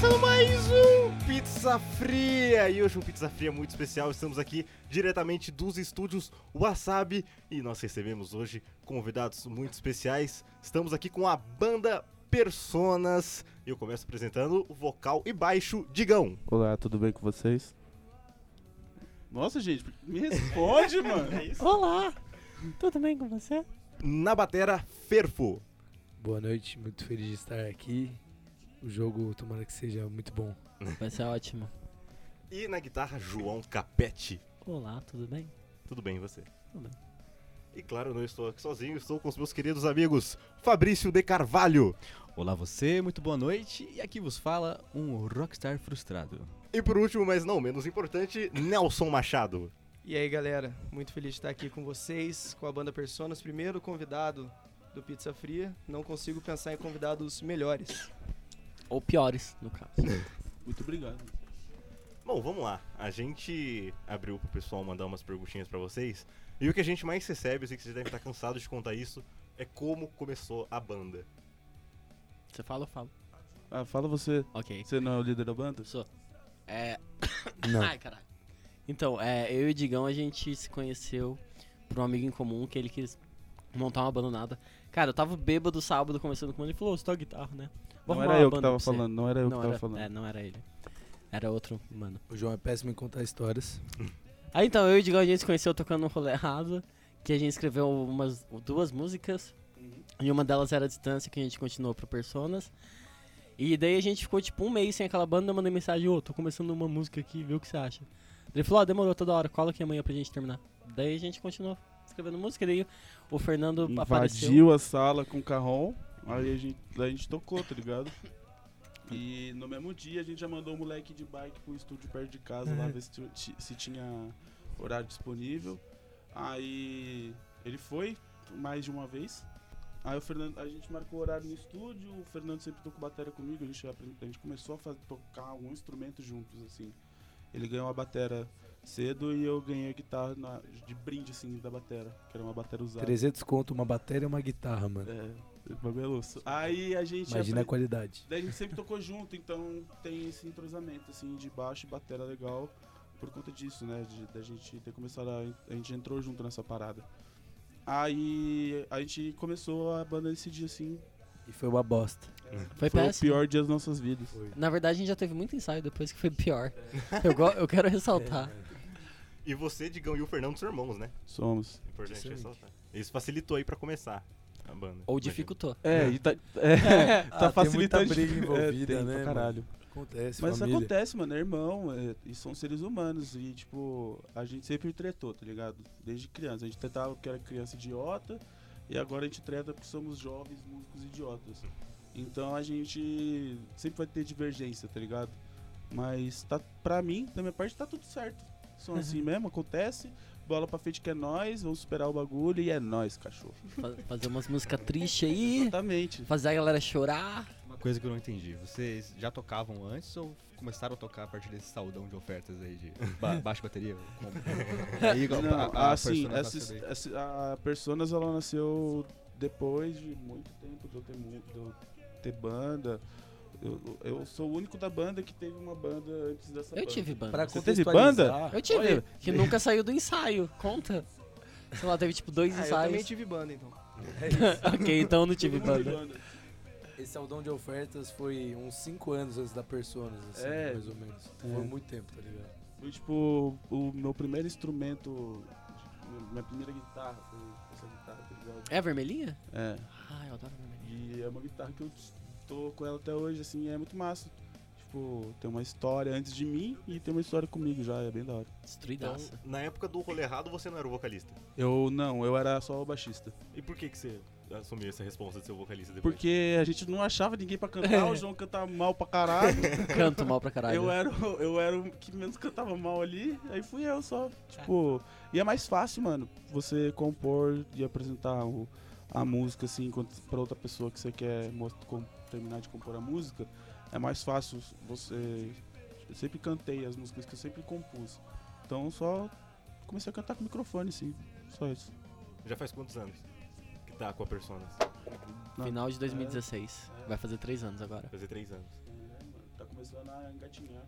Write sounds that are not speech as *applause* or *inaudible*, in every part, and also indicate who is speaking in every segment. Speaker 1: Tá um Pizza Fria! E hoje um Pizza Fria muito especial. Estamos aqui diretamente dos estúdios Wasabi e nós recebemos hoje convidados muito especiais. Estamos aqui com a banda Personas. E eu começo apresentando o vocal e baixo Digão.
Speaker 2: Olá, tudo bem com vocês?
Speaker 3: Nossa, gente, me responde, mano.
Speaker 4: Olá! Tudo bem com você?
Speaker 1: Na batera Ferfo.
Speaker 5: Boa noite, muito feliz de estar aqui. O jogo, tomara que seja muito bom.
Speaker 4: Vai ser ótimo.
Speaker 1: E na guitarra João Capete.
Speaker 4: Olá, tudo bem?
Speaker 1: Tudo bem e você?
Speaker 4: Tudo bem.
Speaker 1: E claro, não estou aqui sozinho, estou com os meus queridos amigos Fabrício de Carvalho.
Speaker 6: Olá você, muito boa noite. E aqui vos fala um rockstar frustrado.
Speaker 1: E por último, mas não menos importante, Nelson Machado.
Speaker 7: E aí, galera, muito feliz de estar aqui com vocês, com a banda Personas, primeiro convidado do Pizza Fria. Não consigo pensar em convidados melhores.
Speaker 4: Ou piores, no caso.
Speaker 3: Muito obrigado.
Speaker 1: Bom, vamos lá. A gente abriu pro pessoal mandar umas perguntinhas pra vocês. E o que a gente mais recebe, eu sei que vocês devem estar cansados de contar isso, é como começou a banda.
Speaker 4: Você fala ou falo?
Speaker 2: Ah, fala você.
Speaker 4: Ok.
Speaker 2: Você não é o líder da banda?
Speaker 4: Sou. É. *coughs*
Speaker 5: Não.
Speaker 4: Ai, caralho. Então, é, eu e o Digão a gente se conheceu por um amigo em comum que ele quis montar uma banda nada. Cara, eu tava bêbado sábado conversando com ele ele falou: "Ô, Você tá guitarra, né? Vou
Speaker 2: Não
Speaker 4: arrumar
Speaker 2: era
Speaker 4: uma
Speaker 2: eu que
Speaker 4: banda
Speaker 2: tava
Speaker 4: pra você."
Speaker 2: falando, não era eu
Speaker 4: não
Speaker 2: que tava
Speaker 4: era,
Speaker 2: falando.
Speaker 4: É, não era ele. Era outro, mano.
Speaker 5: O João é péssimo em contar histórias.
Speaker 4: Aí então, eu e o Digão a gente se conheceu tocando um rolê errado, que a gente escreveu umas duas músicas, e uma delas era a distância, que a gente continuou pro Personas. E daí a gente ficou tipo um mês sem aquela banda, eu mandei mensagem, ô, tô começando uma música aqui, vê o que você acha. Ele falou, ó, demorou toda hora, cola aqui amanhã pra gente terminar. Daí a gente continuou escrevendo música, e daí o Fernando apareceu.
Speaker 2: Invadiu a sala com o carrom, aí a gente, daí a gente tocou, tá ligado? E no mesmo dia a gente já mandou o moleque de bike pro estúdio perto de casa lá ver se, tu- ti- se tinha horário disponível. Aí ele foi mais de uma vez. Aí o Fernando, a gente marcou horário no estúdio, o Fernando sempre tocou bateria comigo, a gente, apre- a gente começou a faz- tocar algum instrumento juntos, assim. Ele ganhou a batera cedo e eu ganhei a guitarra na- de brinde, assim, da batera, que era uma batera usada.
Speaker 5: 300 conto, uma bateria e uma guitarra, mano.
Speaker 2: É, babeluço. Aí a gente.
Speaker 5: Imagina a
Speaker 2: apre-
Speaker 5: qualidade.
Speaker 2: Daí a gente sempre tocou junto, então tem esse entrosamento, assim, de baixo e batera legal por conta disso, né? De, da gente ter começado a. A gente entrou junto nessa parada. Aí a gente começou a banda esse dia, assim.
Speaker 5: E foi uma bosta.
Speaker 4: Foi,
Speaker 2: Foi o
Speaker 4: péssimo.
Speaker 2: pior dia das nossas vidas.
Speaker 4: Na verdade, a gente já teve muito ensaio depois que foi pior. *laughs* Eu, go- eu quero ressaltar.
Speaker 1: E você, Digão, e o Fernando são irmãos, né?
Speaker 2: Somos.
Speaker 1: Importante
Speaker 5: Justamente.
Speaker 1: ressaltar. Isso facilitou aí pra começar a banda.
Speaker 4: Ou
Speaker 1: imagino.
Speaker 4: dificultou.
Speaker 2: É, e tá. É, tá
Speaker 5: Ah, tem muita
Speaker 2: facilitando. *laughs* É,
Speaker 5: briga envolvida,
Speaker 2: tem pra
Speaker 5: né, mano?
Speaker 2: Caralho.
Speaker 5: Acontece,
Speaker 2: Mas isso
Speaker 5: família.
Speaker 2: acontece, mano, é irmão, é, e são seres humanos, e tipo, a gente sempre tretou, tá ligado? Desde criança. A gente tretava porque era criança idiota, e agora a gente treta porque somos jovens músicos idiotas. Então a gente sempre vai ter divergência, tá ligado? Mas tá, pra mim, da minha parte, tá tudo certo. São assim mesmo, acontece, bola pra frente que é nós, vamos superar o bagulho e é nós, cachorro.
Speaker 4: Fa- Fazer umas músicas tristes aí,
Speaker 2: Exatamente.
Speaker 4: fazer a galera chorar.
Speaker 6: Uma coisa que eu não entendi, vocês já tocavam antes ou começaram a tocar a partir desse saudão de ofertas aí de
Speaker 5: *laughs*
Speaker 6: ba baixa bateria? Como? Aí, igual,
Speaker 2: Não,
Speaker 6: a- a
Speaker 2: assim,
Speaker 6: Persona tá
Speaker 2: essa,
Speaker 6: nasceu daí.
Speaker 2: essa- a Personas ela nasceu depois de muito tempo de eu ter, mu- de eu ter banda. Eu, eu sou o único da banda que teve uma banda antes dessa
Speaker 4: Eu
Speaker 2: banda.
Speaker 4: tive banda.
Speaker 5: Pra
Speaker 2: Você teve
Speaker 5: contextualizar,
Speaker 4: Eu tive,
Speaker 2: Tá Olha.
Speaker 4: que nunca saiu do ensaio. Conta. Sei lá, teve tipo dois
Speaker 7: Ah, eu também
Speaker 4: ensaios.
Speaker 7: tive banda, então.
Speaker 4: *laughs* ok, então eu não tive
Speaker 2: Todo mundo
Speaker 4: banda.
Speaker 2: teve banda.
Speaker 5: Esse saldão de ofertas foi uns 5 anos antes da Personas, assim,
Speaker 2: É.
Speaker 5: mais ou menos.
Speaker 2: É.
Speaker 5: Foi muito tempo, tá ligado?
Speaker 2: Foi tipo o meu primeiro instrumento, tipo, minha primeira guitarra foi essa guitarra, tá ligado?
Speaker 4: É vermelhinha?
Speaker 2: É.
Speaker 4: Ah, eu adoro vermelhinha.
Speaker 2: E é uma guitarra que eu tô com ela até hoje, assim, é muito massa. Tipo, tem uma história antes de mim e tem uma história comigo já, é bem da hora.
Speaker 1: Então,
Speaker 4: Destruidaça.
Speaker 1: na época do rolê errado, você não era o vocalista.
Speaker 2: Eu não, eu era só o baixista.
Speaker 1: E por que, que você assumiu essa responsa de ser o vocalista depois?
Speaker 2: Porque a gente não achava ninguém pra cantar, o João cantava mal pra caralho.
Speaker 4: Canto mal pra caralho.
Speaker 2: eu, é- era, o- eu era o que menos cantava mal ali, aí fui eu só. Tipo, e é mais fácil, mano, você compor e apresentar o- a música, assim, quando, pra outra pessoa que você quer mos- com- terminar de compor a música. É mais fácil você. Eu sempre cantei as músicas que eu sempre compus. Então só comecei a cantar com o microfone, assim. Só isso.
Speaker 1: Já faz quantos anos que tá com a Personas?
Speaker 2: né?
Speaker 4: Final de 2016. Vai fazer três anos agora.
Speaker 1: Fazer três anos.
Speaker 2: É, mano, Tá começando a engatinhar.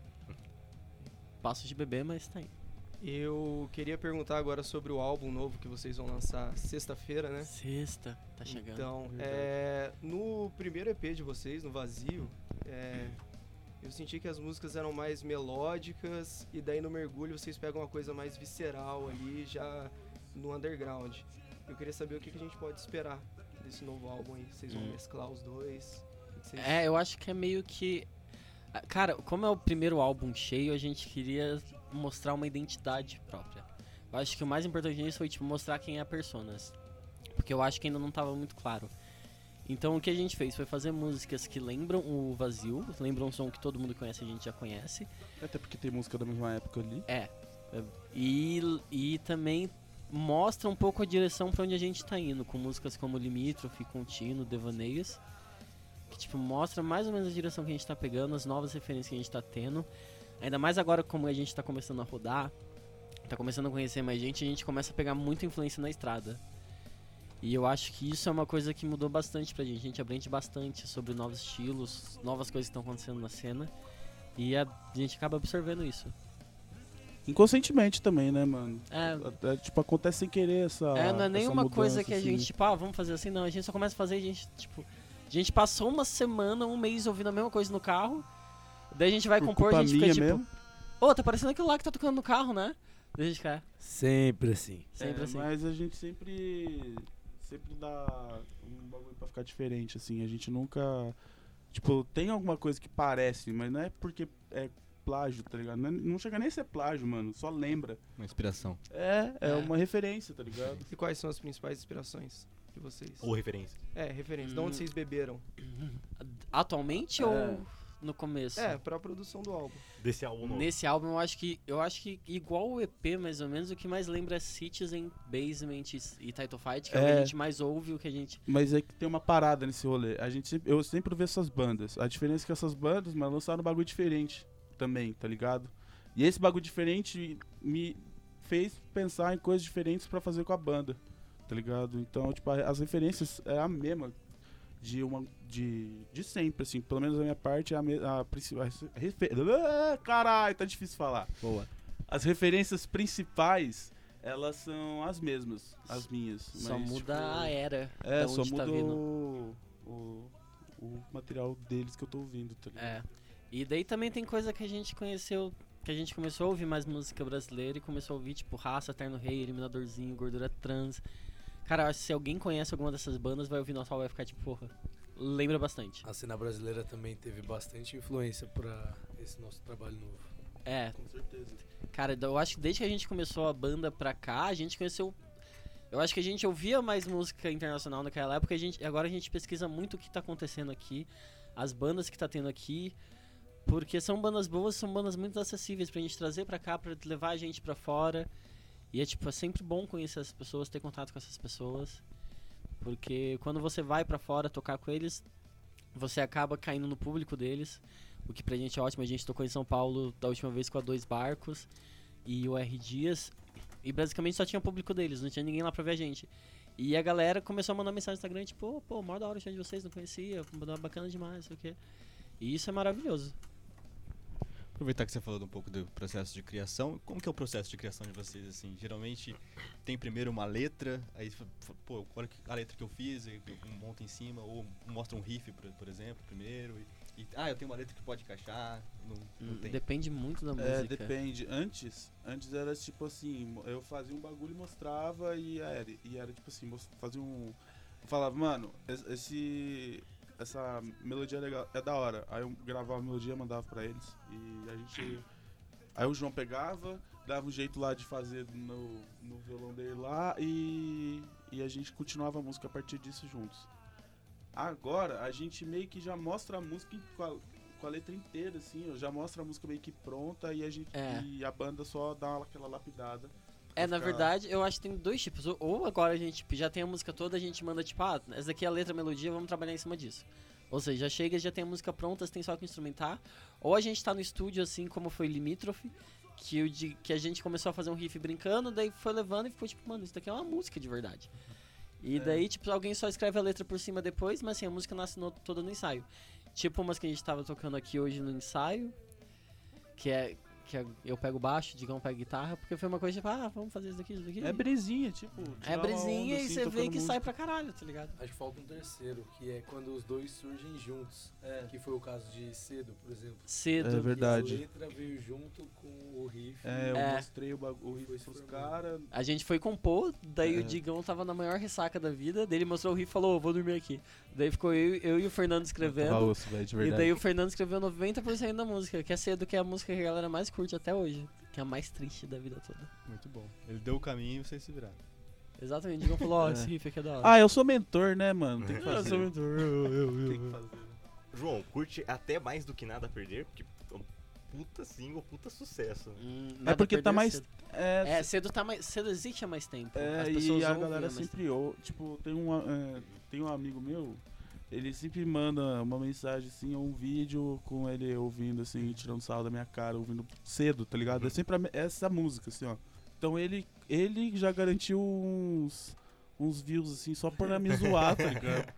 Speaker 4: passos de bebê, mas tá aí.
Speaker 7: Eu queria perguntar agora sobre o álbum novo que vocês vão lançar sexta-feira, né?
Speaker 4: Sexta, tá chegando.
Speaker 7: Então, é, no primeiro EP de vocês, no Vazio, é, eu senti que as músicas eram mais melódicas e daí no mergulho vocês pegam uma coisa mais visceral ali, já no underground. Eu queria saber o que, que a gente pode esperar desse novo álbum aí. Vocês vão
Speaker 4: Hum.
Speaker 7: mesclar os dois? O que que vocês-
Speaker 4: É, eu acho que é meio que. Ah, Cara, como é o primeiro álbum cheio, a gente queria mostrar uma identidade própria. Eu acho que o mais importante nisso foi tipo, mostrar quem é a Personas. Porque eu acho que ainda não tava muito claro. Então o que a gente fez foi fazer músicas que lembram o vazio, lembram um som que todo mundo conhece, a gente já conhece.
Speaker 2: Até porque tem música da mesma época ali.
Speaker 4: E, e também mostra um pouco a direção pra onde a gente tá indo, com músicas como Limítrofe, Contínuo, Devaneios, que tipo mostra mais ou menos a direção que a gente tá pegando, as novas referências que a gente tá tendo. Ainda mais agora como a gente tá começando a rodar, tá começando a conhecer mais gente, a gente começa a pegar muita influência na estrada. E eu acho que isso é uma coisa que mudou bastante pra gente. A gente aprende bastante sobre novos estilos, novas coisas que estão acontecendo na cena. E a gente acaba absorvendo isso.
Speaker 2: Inconscientemente também, né, mano?
Speaker 4: É,
Speaker 2: Até, tipo, acontece sem querer essa.
Speaker 4: É, não é
Speaker 2: Ah, essa
Speaker 4: nenhuma
Speaker 2: mudança,
Speaker 4: coisa que a
Speaker 2: assim.
Speaker 4: gente, tipo, ah, vamos fazer assim, não. A gente só começa a fazer e a gente, tipo. A gente passou uma semana, um mês ouvindo a mesma coisa no carro. Daí a gente vai
Speaker 2: Por
Speaker 4: compor, a
Speaker 2: culpa
Speaker 4: gente fica
Speaker 2: minha
Speaker 4: tipo.
Speaker 2: mesmo.
Speaker 4: Ô, tá parecendo aquilo lá que tá tocando no carro, né? Daí a gente fica.
Speaker 5: Sempre assim.
Speaker 4: Sempre
Speaker 2: É,
Speaker 4: assim.
Speaker 2: Mas a gente sempre. Sempre dá um bagulho pra ficar diferente, assim. A gente nunca. Tipo, tem alguma coisa que parece, mas não é porque é plágio, tá ligado? Não, é- não chega nem a ser plágio, mano. Só lembra.
Speaker 6: Uma inspiração.
Speaker 2: É, é,
Speaker 4: É.
Speaker 2: uma referência, tá ligado?
Speaker 7: E quais são as principais inspirações de vocês?
Speaker 1: Ou referência.
Speaker 7: É, referência. De
Speaker 4: Hum.
Speaker 7: onde vocês beberam?
Speaker 4: Atualmente
Speaker 7: É.
Speaker 4: ou no começo?
Speaker 7: É, pra produção do álbum.
Speaker 1: Desse álbum novo.
Speaker 4: Nesse álbum eu acho que. Eu acho que igual o EP, mais ou menos, o que mais lembra é Citizen, Basement e Title Fight, que é, o que a
Speaker 2: É.
Speaker 4: gente mais ouve, o que a gente.
Speaker 2: Mas é que tem uma parada nesse rolê. A gente sempre- eu sempre vejo essas bandas. A diferença é que essas bandas, mano, lançaram um bagulho diferente também, tá ligado? E esse bagulho diferente me fez pensar em coisas diferentes pra fazer com a banda, tá ligado? Então, tipo, a- as referências é a mesma de uma de, de sempre, assim, pelo menos a minha parte é a, me- a principal referência. Caralho, tá difícil falar.
Speaker 6: Boa.
Speaker 2: As referências principais, elas são as mesmas, as minhas,
Speaker 4: Só
Speaker 2: mas,
Speaker 4: muda
Speaker 2: tipo,
Speaker 4: a era.
Speaker 2: é,
Speaker 4: da
Speaker 2: só
Speaker 4: onde tá
Speaker 2: muda
Speaker 4: vindo.
Speaker 2: o, o, o material deles que eu tô ouvindo, tá ligado?
Speaker 4: É. E daí também tem coisa que a gente conheceu, que a gente começou a ouvir mais música brasileira e começou a ouvir, tipo, Raça, Terno Rei, Eliminadorzinho, Gordura Trans. Cara, eu acho que se alguém conhece alguma dessas bandas, vai ouvir nosso álbum e vai ficar tipo, porra, lembra bastante.
Speaker 5: A cena brasileira também teve bastante influência pra esse nosso trabalho novo.
Speaker 4: É,
Speaker 2: Com certeza.
Speaker 4: cara, eu acho que desde que a gente começou a banda pra cá, a gente conheceu... Eu acho que a gente ouvia mais música internacional naquela época, a gente, agora a gente pesquisa muito o que tá acontecendo aqui, as bandas que tá tendo aqui, porque são bandas boas, são bandas muito acessíveis pra gente trazer pra cá, pra levar a gente pra fora. E é tipo, é sempre bom conhecer as pessoas, ter contato com essas pessoas, porque quando você vai pra fora tocar com eles, você acaba caindo no público deles, o que pra gente é ótimo. A gente tocou em São Paulo da última vez com a Dois Barcos e o R Dias, e basicamente só tinha público deles, não tinha ninguém lá pra ver a gente. E a galera começou a mandar mensagem no Instagram, tipo, "Ô, pô, mó da hora o show de vocês, não conhecia, bacana demais, não sei o quê. E isso é maravilhoso.
Speaker 6: Aproveitar que você falou um pouco do processo de criação, como que é o processo de criação de vocês, assim? Geralmente tem primeiro uma letra, aí, fa- fa- pô, olha que- a letra que eu fiz, aí eu monto em cima, ou mostra um riff, por, por exemplo, primeiro, e, e, ah, eu tenho uma letra que pode encaixar, não, não tem.
Speaker 4: Depende muito da música.
Speaker 2: É, depende. Antes, antes era tipo assim, mo- eu fazia um bagulho e mostrava e era, e era tipo assim, mos- fazia um. Eu falava, mano, es- esse. Essa melodia é legal, é da hora. Aí eu gravava a melodia, mandava pra eles. E a gente. Aí o João pegava, dava um jeito lá de fazer no, no violão dele lá e. E a gente continuava a música a partir disso juntos. Agora, a gente meio que já mostra a música em- com a, com a letra inteira, assim, ó, já mostra a música meio que pronta e a gente
Speaker 4: É.
Speaker 2: e a banda só dá uma- aquela lapidada.
Speaker 4: É, na
Speaker 2: Ficar-
Speaker 4: verdade, eu acho que tem dois tipos. Ou- Ou agora a gente tipo, já tem a música toda, a gente manda, tipo, ah, essa daqui é a letra, a melodia, vamos trabalhar em cima disso. Ou seja, já chega, já tem a música pronta, você tem só que instrumentar. Ou a gente tá no estúdio, assim, como foi Limítrofe, que, o de- que a gente começou a fazer um riff brincando, daí foi levando e ficou tipo, mano, isso daqui é uma música de verdade. E
Speaker 2: É.
Speaker 4: daí, tipo, alguém só escreve a letra por cima depois, mas assim, a música nasce no- toda no ensaio. Tipo umas que a gente tava tocando aqui hoje no ensaio, que é que a- eu pego baixo, o Digão pega guitarra, porque foi uma coisa tipo, ah, vamos fazer isso daqui, isso daqui.
Speaker 2: É brezinha, tipo. tirar
Speaker 4: É
Speaker 2: uma
Speaker 4: brezinha
Speaker 2: onda,
Speaker 4: e
Speaker 2: assim,
Speaker 4: você vê
Speaker 2: tocando
Speaker 4: que
Speaker 2: música.
Speaker 4: sai pra caralho, tá ligado?
Speaker 5: Acho que falta um terceiro, que é quando os dois surgem juntos. Que foi o caso de Cedo, por exemplo.
Speaker 4: Cedo.
Speaker 2: É verdade.
Speaker 5: A letra veio junto com o riff.
Speaker 2: É, eu
Speaker 4: É.
Speaker 2: mostrei o bagulho
Speaker 5: Foi
Speaker 2: pros
Speaker 5: super
Speaker 2: caras.
Speaker 4: A gente foi compor, daí
Speaker 2: É.
Speaker 4: o Digão tava na maior ressaca da vida, daí ele mostrou o riff e falou, "Ô, vou dormir aqui. Daí ficou eu, eu e o Fernando escrevendo.
Speaker 2: velho,
Speaker 6: É
Speaker 2: de
Speaker 4: E daí o Fernando escreveu 90% da música, que é cedo, que é a música que a galera mais curte até hoje. Que é a mais triste da vida toda.
Speaker 6: Muito bom. Ele deu o caminho e vocês se viraram.
Speaker 4: Exatamente, o Digão falou, ó,
Speaker 6: *laughs*
Speaker 2: É.
Speaker 4: esse riff aqui é da hora.
Speaker 2: Ah, eu sou mentor, né, mano? *laughs* Tem que fazer.
Speaker 6: Tem que fazer.
Speaker 1: João, curte até mais do que nada a perder, porque é um puta single, puta sucesso. né?
Speaker 4: Hum,
Speaker 2: É
Speaker 4: nada
Speaker 2: porque
Speaker 4: a
Speaker 2: tá
Speaker 4: perder
Speaker 2: mais.
Speaker 4: cedo.
Speaker 2: É,
Speaker 4: É, cedo tá mais. Cedo existe há mais tempo.
Speaker 2: é,
Speaker 4: As pessoas né,
Speaker 2: e a
Speaker 4: vão
Speaker 2: galera
Speaker 4: ouvir há mais
Speaker 2: sempre. ou- Tipo, tem um, é, tem um amigo meu, ele sempre manda uma mensagem assim, ou um vídeo com ele ouvindo, assim, tirando sal da minha cara, ouvindo cedo, tá ligado?
Speaker 4: Uhum.
Speaker 2: É sempre a me- essa música, assim, ó. Então ele, ele já garantiu uns. Uns views, assim, só pra
Speaker 4: *laughs*
Speaker 2: me zoar, tá ligado?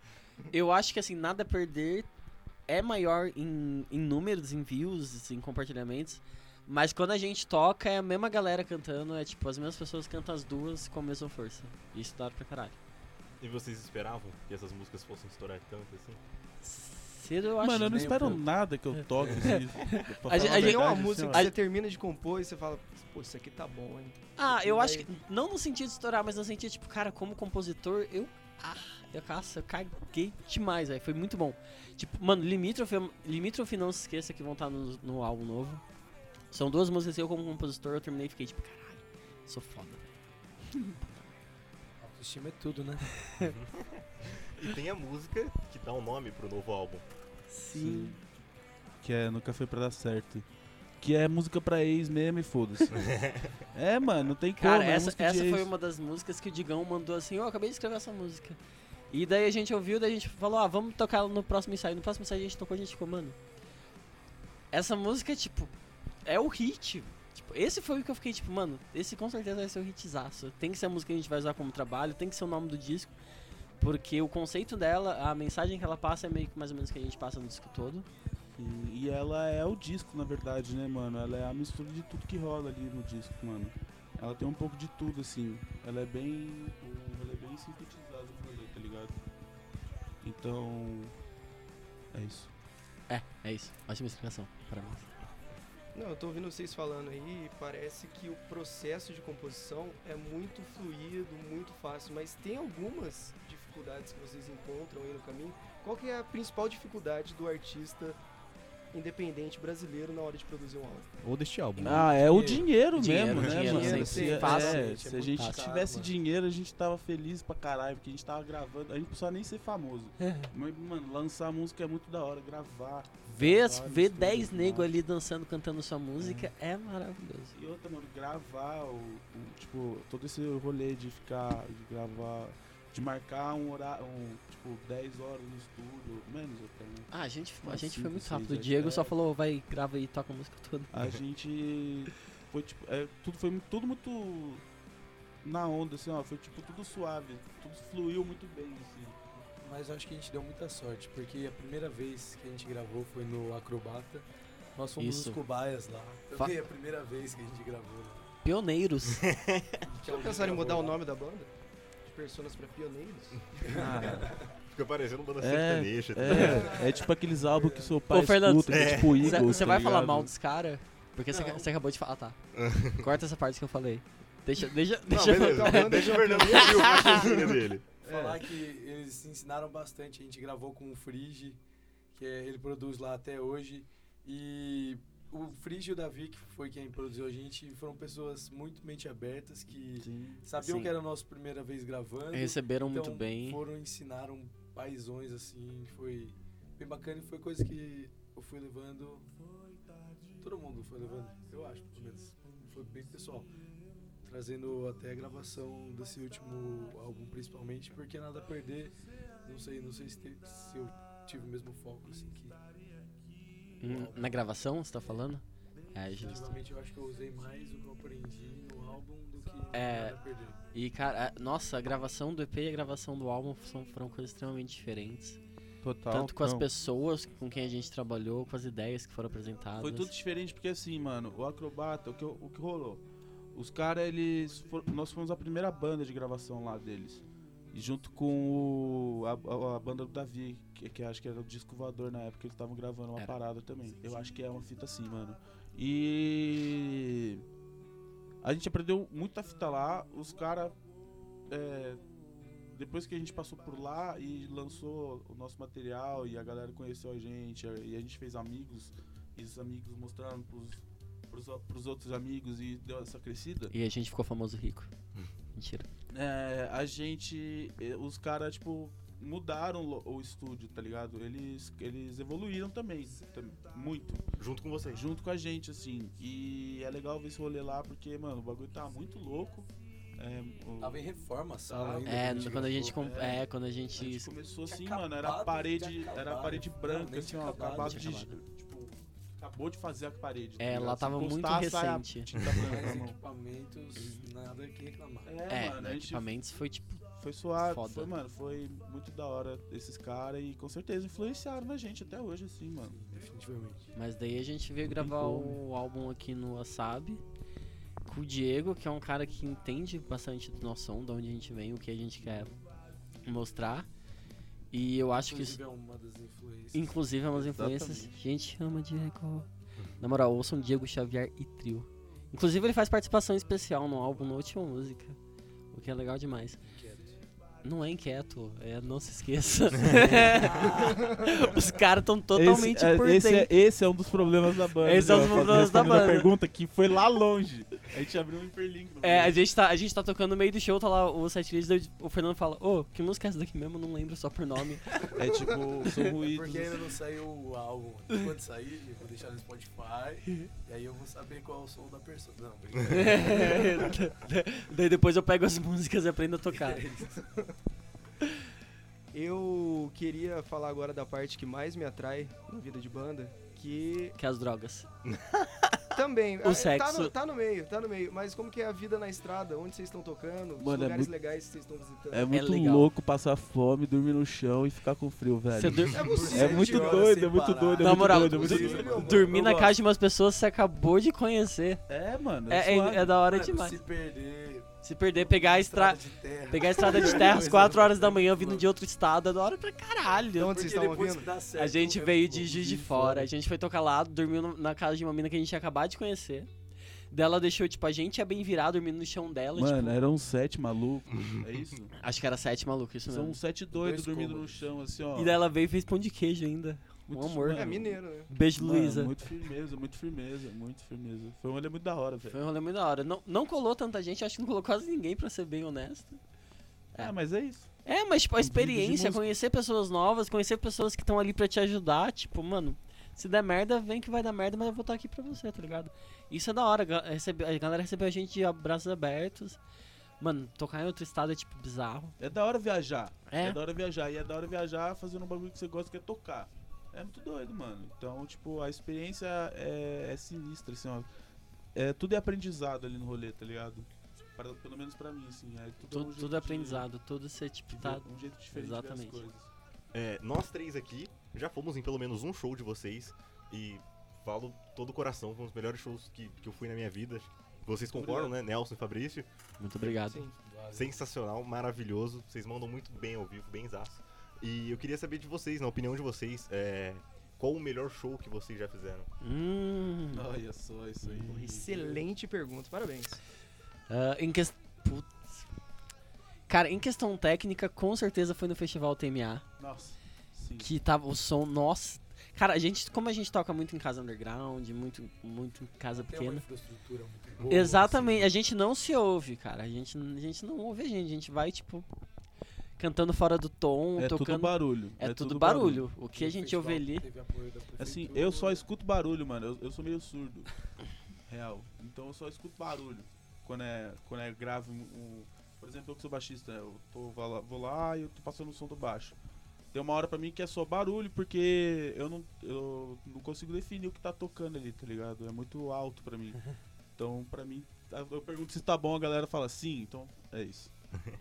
Speaker 4: Eu acho que assim, nada a perder é maior em, em números, em views, em compartilhamentos. Mas quando a gente toca, é a mesma galera cantando, é tipo, as mesmas pessoas cantam as duas com a mesma força. Isso dá pra caralho.
Speaker 1: E vocês esperavam que essas músicas fossem estourar tanto assim?
Speaker 4: Cedo eu acho
Speaker 2: Mano, eu não
Speaker 4: que-
Speaker 2: espero nada que eu
Speaker 4: *laughs*
Speaker 2: toque. assim, pra falar
Speaker 4: A gente-
Speaker 2: a
Speaker 4: a gente- é
Speaker 7: Tem uma
Speaker 2: verdade,
Speaker 7: música
Speaker 2: assim,
Speaker 7: que
Speaker 2: ó.
Speaker 7: você termina de compor e você fala, pô, isso aqui tá bom, hein?
Speaker 4: Ah, eu acho que. Não no sentido de estourar, mas no sentido, tipo, cara, como compositor, eu. Ah, eu, nossa, eu caguei demais, velho. Foi muito bom. Tipo, mano, Limitrof, Limitrof não se esqueça que vão estar no, no álbum novo. São duas músicas que eu, como compositor, eu terminei e fiquei tipo, caralho, sou foda.
Speaker 5: Autoestima é tudo, né?
Speaker 1: E tem a música que dá o nome pro novo álbum.
Speaker 4: Sim.
Speaker 2: Que é Nunca Foi Pra Dar Certo. Que é música pra ex mesmo e foda-se. é, mano, não tem
Speaker 4: Cara,
Speaker 2: como. é
Speaker 4: essa,
Speaker 2: música de
Speaker 4: essa
Speaker 2: ex.
Speaker 4: foi uma das músicas que o Digão mandou assim, ó, acabei de escrever essa música. E daí a gente ouviu, daí a gente falou, ah, vamos tocar ela no próximo ensaio. No próximo ensaio a gente tocou, a gente ficou, mano. Essa música, tipo, é o hit. Tipo, esse foi o que eu fiquei, tipo, mano, esse com certeza vai ser o hitzaço. Tem que ser a música que a gente vai usar como trabalho, tem que ser o nome do disco. Porque o conceito dela, a mensagem que ela passa é meio que mais ou menos o que a gente passa no disco todo.
Speaker 2: E, e ela é o disco, na verdade, né, mano? Ela é a mistura de tudo que rola ali no disco, mano. Ela tem um pouco de tudo, assim. Ela é bem. Ela é bem sintetizada com ele, tá ligado? Então. É isso.
Speaker 4: É, é isso. Ótima explicação. Parabéns.
Speaker 7: Não, eu tô ouvindo vocês falando aí e parece que o processo de composição é muito fluido, muito fácil, mas tem algumas dificuldades que vocês encontram aí no caminho. Qual que é a principal dificuldade do artista independente brasileiro na hora de produzir um álbum?
Speaker 6: Ou deste álbum. né?
Speaker 2: Ah, é o
Speaker 4: Dinheiro.
Speaker 2: dinheiro,
Speaker 4: Dinheiro,
Speaker 2: mesmo, né,
Speaker 4: dinheiro,
Speaker 2: mano?
Speaker 7: sempre.
Speaker 2: se, é,
Speaker 4: Fácil,
Speaker 2: é,
Speaker 4: né? Tipo,
Speaker 5: gente, é
Speaker 2: se a
Speaker 5: muito
Speaker 2: gente
Speaker 5: fácil,
Speaker 2: tivesse
Speaker 5: mano.
Speaker 2: dinheiro, a gente tava feliz pra caralho, porque a gente tava gravando. A gente não precisava nem ser famoso.
Speaker 4: É.
Speaker 2: Mas, mano, lançar música é muito da hora, gravar.
Speaker 4: Ver,
Speaker 2: Vários
Speaker 4: ver
Speaker 2: tudo
Speaker 4: 10
Speaker 2: demais.
Speaker 4: negros ali dançando, cantando sua música é, maravilhoso.
Speaker 2: E outra, mano, gravar, o, o- tipo, todo esse rolê de ficar, de gravar, de marcar um horário, um, tipo, 10 horas no estúdio, menos até, né?
Speaker 4: Ah, a gente, a
Speaker 2: Nossa,
Speaker 4: gente
Speaker 2: sim,
Speaker 4: foi muito
Speaker 2: vocês
Speaker 4: rápido. O
Speaker 2: é-
Speaker 4: Diego só
Speaker 2: é.
Speaker 4: falou, vai, grava aí, toca a música toda.
Speaker 2: A gente foi, tipo, é, tudo foi mu- tudo muito na onda, assim, ó, foi, tipo, tudo suave, tudo fluiu muito bem, assim.
Speaker 5: Mas eu acho que a gente deu muita sorte, porque a primeira vez que a gente gravou foi no Acrobata. Nós fomos
Speaker 4: Isso.
Speaker 5: os cobaias lá. Eu
Speaker 4: Fa-
Speaker 5: vi a primeira vez que a gente gravou. né?
Speaker 4: Pioneiros.
Speaker 7: Já pensaram em mudar o nome da banda? De Personas pra Pioneiros?
Speaker 4: Ah.
Speaker 1: Fica parecendo uma banda
Speaker 2: É,
Speaker 1: sertaneja. tá
Speaker 2: *laughs*
Speaker 1: ligado?
Speaker 2: É, é tipo aqueles álbuns que seu pai
Speaker 4: Ô, Fernando,
Speaker 2: escuta, que é tipo
Speaker 4: Cê-
Speaker 2: Eagles,
Speaker 4: Você
Speaker 2: tá
Speaker 4: vai falar
Speaker 2: ligado?
Speaker 4: mal dos caras? Porque você
Speaker 7: Não.
Speaker 4: você acabou de falar, ah, tá. Corta essa parte que eu falei. Deixa, deixa,
Speaker 1: Não,
Speaker 4: deixa eu-
Speaker 1: beleza.
Speaker 7: Deixa eu-
Speaker 1: Deixa o Fernando ouvir o machinzinho dele.
Speaker 5: Falar que eles se ensinaram bastante. A gente gravou com o Frige, que é- ele produz lá até hoje. E o Frige e o Davi, que foi quem produziu a gente, foram pessoas muito mente abertas que
Speaker 2: Sim.
Speaker 5: sabiam
Speaker 4: Sim.
Speaker 5: que era a nossa primeira vez gravando.
Speaker 4: Receberam
Speaker 5: Então,
Speaker 4: muito bem.
Speaker 5: Foram ensinaram paisões assim, foi bem bacana e foi coisa que eu fui levando. Todo mundo foi levando, eu acho, pelo menos. Foi bem pessoal. Trazendo até a gravação desse último álbum, principalmente, porque nada a perder. Não sei, não sei se, te- se eu tive o mesmo foco, assim, que
Speaker 4: Hum, Na gravação, você tá falando? É, justo.
Speaker 5: ultimamente eu acho que eu usei mais o que eu aprendi no álbum do que
Speaker 4: É.
Speaker 5: nada a perder.
Speaker 4: E, cara, a- nossa, a gravação do EP e a gravação do álbum são, foram coisas extremamente diferentes.
Speaker 3: Total.
Speaker 4: Tanto com as
Speaker 3: não.
Speaker 4: pessoas com quem a gente trabalhou, com as ideias que foram apresentadas.
Speaker 2: Foi tudo diferente porque assim, mano, o Acrobata, o que, o que rolou? Os caras, eles. for- nós fomos a primeira banda de gravação lá deles. E junto com o, a, a- a banda do Davi, que, que acho que era o disco voador na época, eles estavam gravando uma
Speaker 4: Era.
Speaker 2: parada também. Eu acho que é uma fita assim, mano. E. A gente aprendeu muita fita lá, os caras. depois que a gente passou por lá e lançou o nosso material e a galera conheceu a gente e a gente fez amigos, e os amigos mostraram pros, pros, o- pros outros amigos e deu essa crescida.
Speaker 4: E a gente ficou famoso rico. Mentira.
Speaker 2: É, a gente. eh, Os caras, tipo, mudaram lo- o estúdio, tá ligado? Eles, eles evoluíram também, tam- muito.
Speaker 1: Junto com vocês.
Speaker 2: Junto com a gente, assim. E é legal ver esse rolê lá, porque, mano, o bagulho tá muito louco. É, o-
Speaker 5: Tava em reforma a sala ainda.
Speaker 4: É, quando a gente.
Speaker 5: gravou.
Speaker 4: com- É, quando a
Speaker 2: a
Speaker 4: gente.
Speaker 2: gente começou assim,
Speaker 5: Tinha
Speaker 2: mano, era
Speaker 5: acabado de
Speaker 2: parede.
Speaker 5: acabar.
Speaker 2: Era parede branca,
Speaker 5: Não, nem
Speaker 2: assim, ó.
Speaker 5: tinha acabado,
Speaker 2: Acabava
Speaker 4: tinha
Speaker 2: de. Tipo, acabou de fazer a parede. tá
Speaker 4: É,
Speaker 2: ligado?
Speaker 4: lá
Speaker 2: Se
Speaker 4: tava muito
Speaker 2: encostar, sai a
Speaker 4: recente.
Speaker 2: tinta branca na
Speaker 5: Mas
Speaker 2: mão.
Speaker 5: equipamentos, nada que reclamar.
Speaker 2: É,
Speaker 4: É,
Speaker 2: mano, a gente
Speaker 4: equipamentos foi tipo.
Speaker 2: Foi suave,
Speaker 4: Foda.
Speaker 2: foi, mano, foi muito da hora esses caras e com certeza influenciaram na gente até hoje, assim, mano.
Speaker 5: Definitivamente.
Speaker 4: Mas daí a gente veio gravar o álbum aqui no Wasabi com o Diego, que é um cara que entende bastante do nosso som, de onde a gente vem, o que a gente quer mostrar. E eu acho que isso
Speaker 5: Inclusive é uma das influências.
Speaker 4: Inclusive, é umas influências. Gente, ama Diego. Na moral, ouçam Diego Xavier e Trio. Inclusive, ele faz participação especial no álbum na última música. O que é legal demais. Não é inquieto, é não se esqueça. Os caras estão totalmente
Speaker 3: esse, é-
Speaker 4: por
Speaker 3: esse, é,
Speaker 4: dentro.
Speaker 3: esse é um dos problemas da banda.
Speaker 4: Esse é um
Speaker 3: né?
Speaker 4: dos
Speaker 3: Eu faço-
Speaker 4: problemas da
Speaker 3: respondendo a
Speaker 4: banda.
Speaker 3: pergunta que foi lá longe. A gente abriu um hiperlink.
Speaker 4: É, a gente, tá, a gente tá tocando no meio do show, tá lá o setlist, daí o Fernando fala, ô, que música é essa daqui mesmo? Eu Não lembro só por nome.
Speaker 2: É tipo, são ruídos.
Speaker 5: É Porque ainda não saiu o álbum. Quando sair, eu vou deixar no Spotify. E aí eu vou saber qual é o som da pessoa. Não, brincadeira.
Speaker 4: *laughs* daí depois eu pego as músicas e aprendo a tocar.
Speaker 7: Eu queria falar agora da parte que mais me atrai na vida de banda, que
Speaker 4: Que é as drogas.
Speaker 7: também ah, Tá,
Speaker 4: sexo.
Speaker 7: no, tá no meio, tá no meio. Mas como que é a vida na estrada? Onde vocês estão tocando? Os
Speaker 3: Mano, é
Speaker 7: lugares
Speaker 3: muito-
Speaker 7: legais que vocês estão visitando?
Speaker 3: É muito
Speaker 4: legal.
Speaker 3: louco passar fome, dormir no chão e ficar com frio, velho.
Speaker 4: Você dur-
Speaker 7: É possível.
Speaker 2: *laughs*
Speaker 3: É muito
Speaker 5: horas
Speaker 3: doido,
Speaker 5: sem
Speaker 3: é muito
Speaker 5: parar.
Speaker 3: doido, é
Speaker 4: Na
Speaker 3: muito
Speaker 4: moral,
Speaker 3: doido, é muito
Speaker 5: inclusive,
Speaker 3: doido.
Speaker 5: eu-
Speaker 4: dormir
Speaker 5: eu
Speaker 4: na
Speaker 5: gosto.
Speaker 4: casa de umas pessoas que você acabou de conhecer.
Speaker 3: É, mano.
Speaker 4: É, é,
Speaker 3: suave.
Speaker 4: é da hora
Speaker 5: Mano,
Speaker 4: demais.
Speaker 5: Se perder,
Speaker 4: Se perder, pegar a, estra...
Speaker 5: estrada de terra.
Speaker 4: pegar a estrada de terra às
Speaker 5: Coisa
Speaker 4: 4 horas da manhã vindo
Speaker 5: louca.
Speaker 4: de outro estado é da hora pra caralho.
Speaker 7: Então,
Speaker 5: Porque
Speaker 7: onde vocês estavam
Speaker 5: depois
Speaker 7: ouvindo?
Speaker 5: que dá certo,
Speaker 4: A gente
Speaker 5: é
Speaker 4: veio
Speaker 5: muito
Speaker 4: de
Speaker 5: louco.
Speaker 4: Juiz de Fora, a gente foi tocar lá, dormiu no- na casa de uma mina que a gente tinha acabado de conhecer. Dela deixou, tipo, a gente é bem virar dormindo no chão dela.
Speaker 3: Mano,
Speaker 4: tipo, Uhum.
Speaker 3: eram sete malucos.
Speaker 2: É isso?
Speaker 4: Acho que era sete maluco, isso
Speaker 2: São
Speaker 4: mesmo.
Speaker 2: uns sete doidos
Speaker 5: Dois
Speaker 2: dormindo no
Speaker 5: cômodos.
Speaker 2: chão, assim, ó.
Speaker 4: E daí ela veio e fez pão de queijo ainda. Um
Speaker 2: Muito-
Speaker 4: amor.
Speaker 7: É mineiro, né?
Speaker 4: Beijo,
Speaker 2: Mano,
Speaker 4: Luísa.
Speaker 2: Muito firmeza, muito firmeza, muito firmeza. Foi um olho muito da hora, velho.
Speaker 4: Foi um rolê muito da hora. Não, não colou tanta gente, acho que não colou quase ninguém, pra ser bem honesto.
Speaker 2: É, mas é isso.
Speaker 4: É, mas tipo, a
Speaker 2: Vídeo de
Speaker 4: experiência,
Speaker 2: música.
Speaker 4: conhecer pessoas novas, conhecer pessoas que estão ali pra te ajudar, tipo, mano, se der merda, vem que vai dar merda, mas eu vou estar aqui pra você, tá ligado? Isso é da hora, ga- recebe- a galera recebeu a gente de abraços abertos. Mano, tocar em outro estado é tipo bizarro.
Speaker 2: É da hora viajar. É.
Speaker 4: É,
Speaker 2: da hora viajar. E é da hora viajar fazendo um bagulho que você gosta, que é tocar. É muito doido, mano. Então, tipo, a experiência é, é sinistra, assim, ó. É, tudo é aprendizado ali no rolê, tá ligado? Pra- pelo menos pra mim, assim. É, tudo, é um
Speaker 4: tudo,
Speaker 2: jeito
Speaker 4: tudo
Speaker 2: de-
Speaker 4: é aprendizado, tudo você, tipo,
Speaker 2: de ver-
Speaker 4: tá.
Speaker 2: Um jeito diferente de ver as
Speaker 4: Exatamente.
Speaker 2: coisas.
Speaker 1: É, nós três aqui já fomos em pelo menos um show de vocês e falo todo o coração, foi um dos melhores shows que, que eu fui na minha vida. Acho que Vocês concordam, né? Nelson e Fabrício.
Speaker 4: Muito obrigado.
Speaker 7: Sim.
Speaker 1: Sensacional, maravilhoso. Vocês mandam muito bem ao vivo, bem zaço. E eu queria saber de vocês, na opinião de vocês, é, qual o melhor show que vocês já fizeram?
Speaker 4: Hum.
Speaker 2: Olha só isso aí.
Speaker 4: Uhum.
Speaker 7: Excelente pergunta, parabéns.
Speaker 4: Ah, em questão. Putz. Cara, em questão técnica, com certeza foi no Festival TMA.
Speaker 2: Nossa. Sim.
Speaker 4: Que tava o som, nossa. Cara, a gente, como a gente toca muito em casa underground, muito, muito em casa
Speaker 5: Tem uma
Speaker 4: pequena.
Speaker 5: infraestrutura muito boa.
Speaker 8: assim.
Speaker 5: assim,
Speaker 4: Exatamente, a gente não se ouve, cara. A gente, a gente não ouve a gente, a gente vai, tipo, cantando fora do tom,
Speaker 2: É tudo
Speaker 4: tocando.
Speaker 2: barulho.
Speaker 4: é, tudo barulho. O que a gente ouve ali.
Speaker 2: Assim, eu só escuto barulho, mano. Eu, eu sou meio surdo. Real. Então eu só escuto barulho. Quando é, quando é grave um- um- Por exemplo, eu que sou baixista, eu tô, vou, lá, vou lá e eu tô passando o som do baixo. Tem uma hora pra mim que é só barulho, porque eu não, eu não consigo definir o que tá tocando ali, tá ligado? É muito alto pra mim. Então, pra mim, tá- eu pergunto se tá bom, a galera fala sim, então é isso.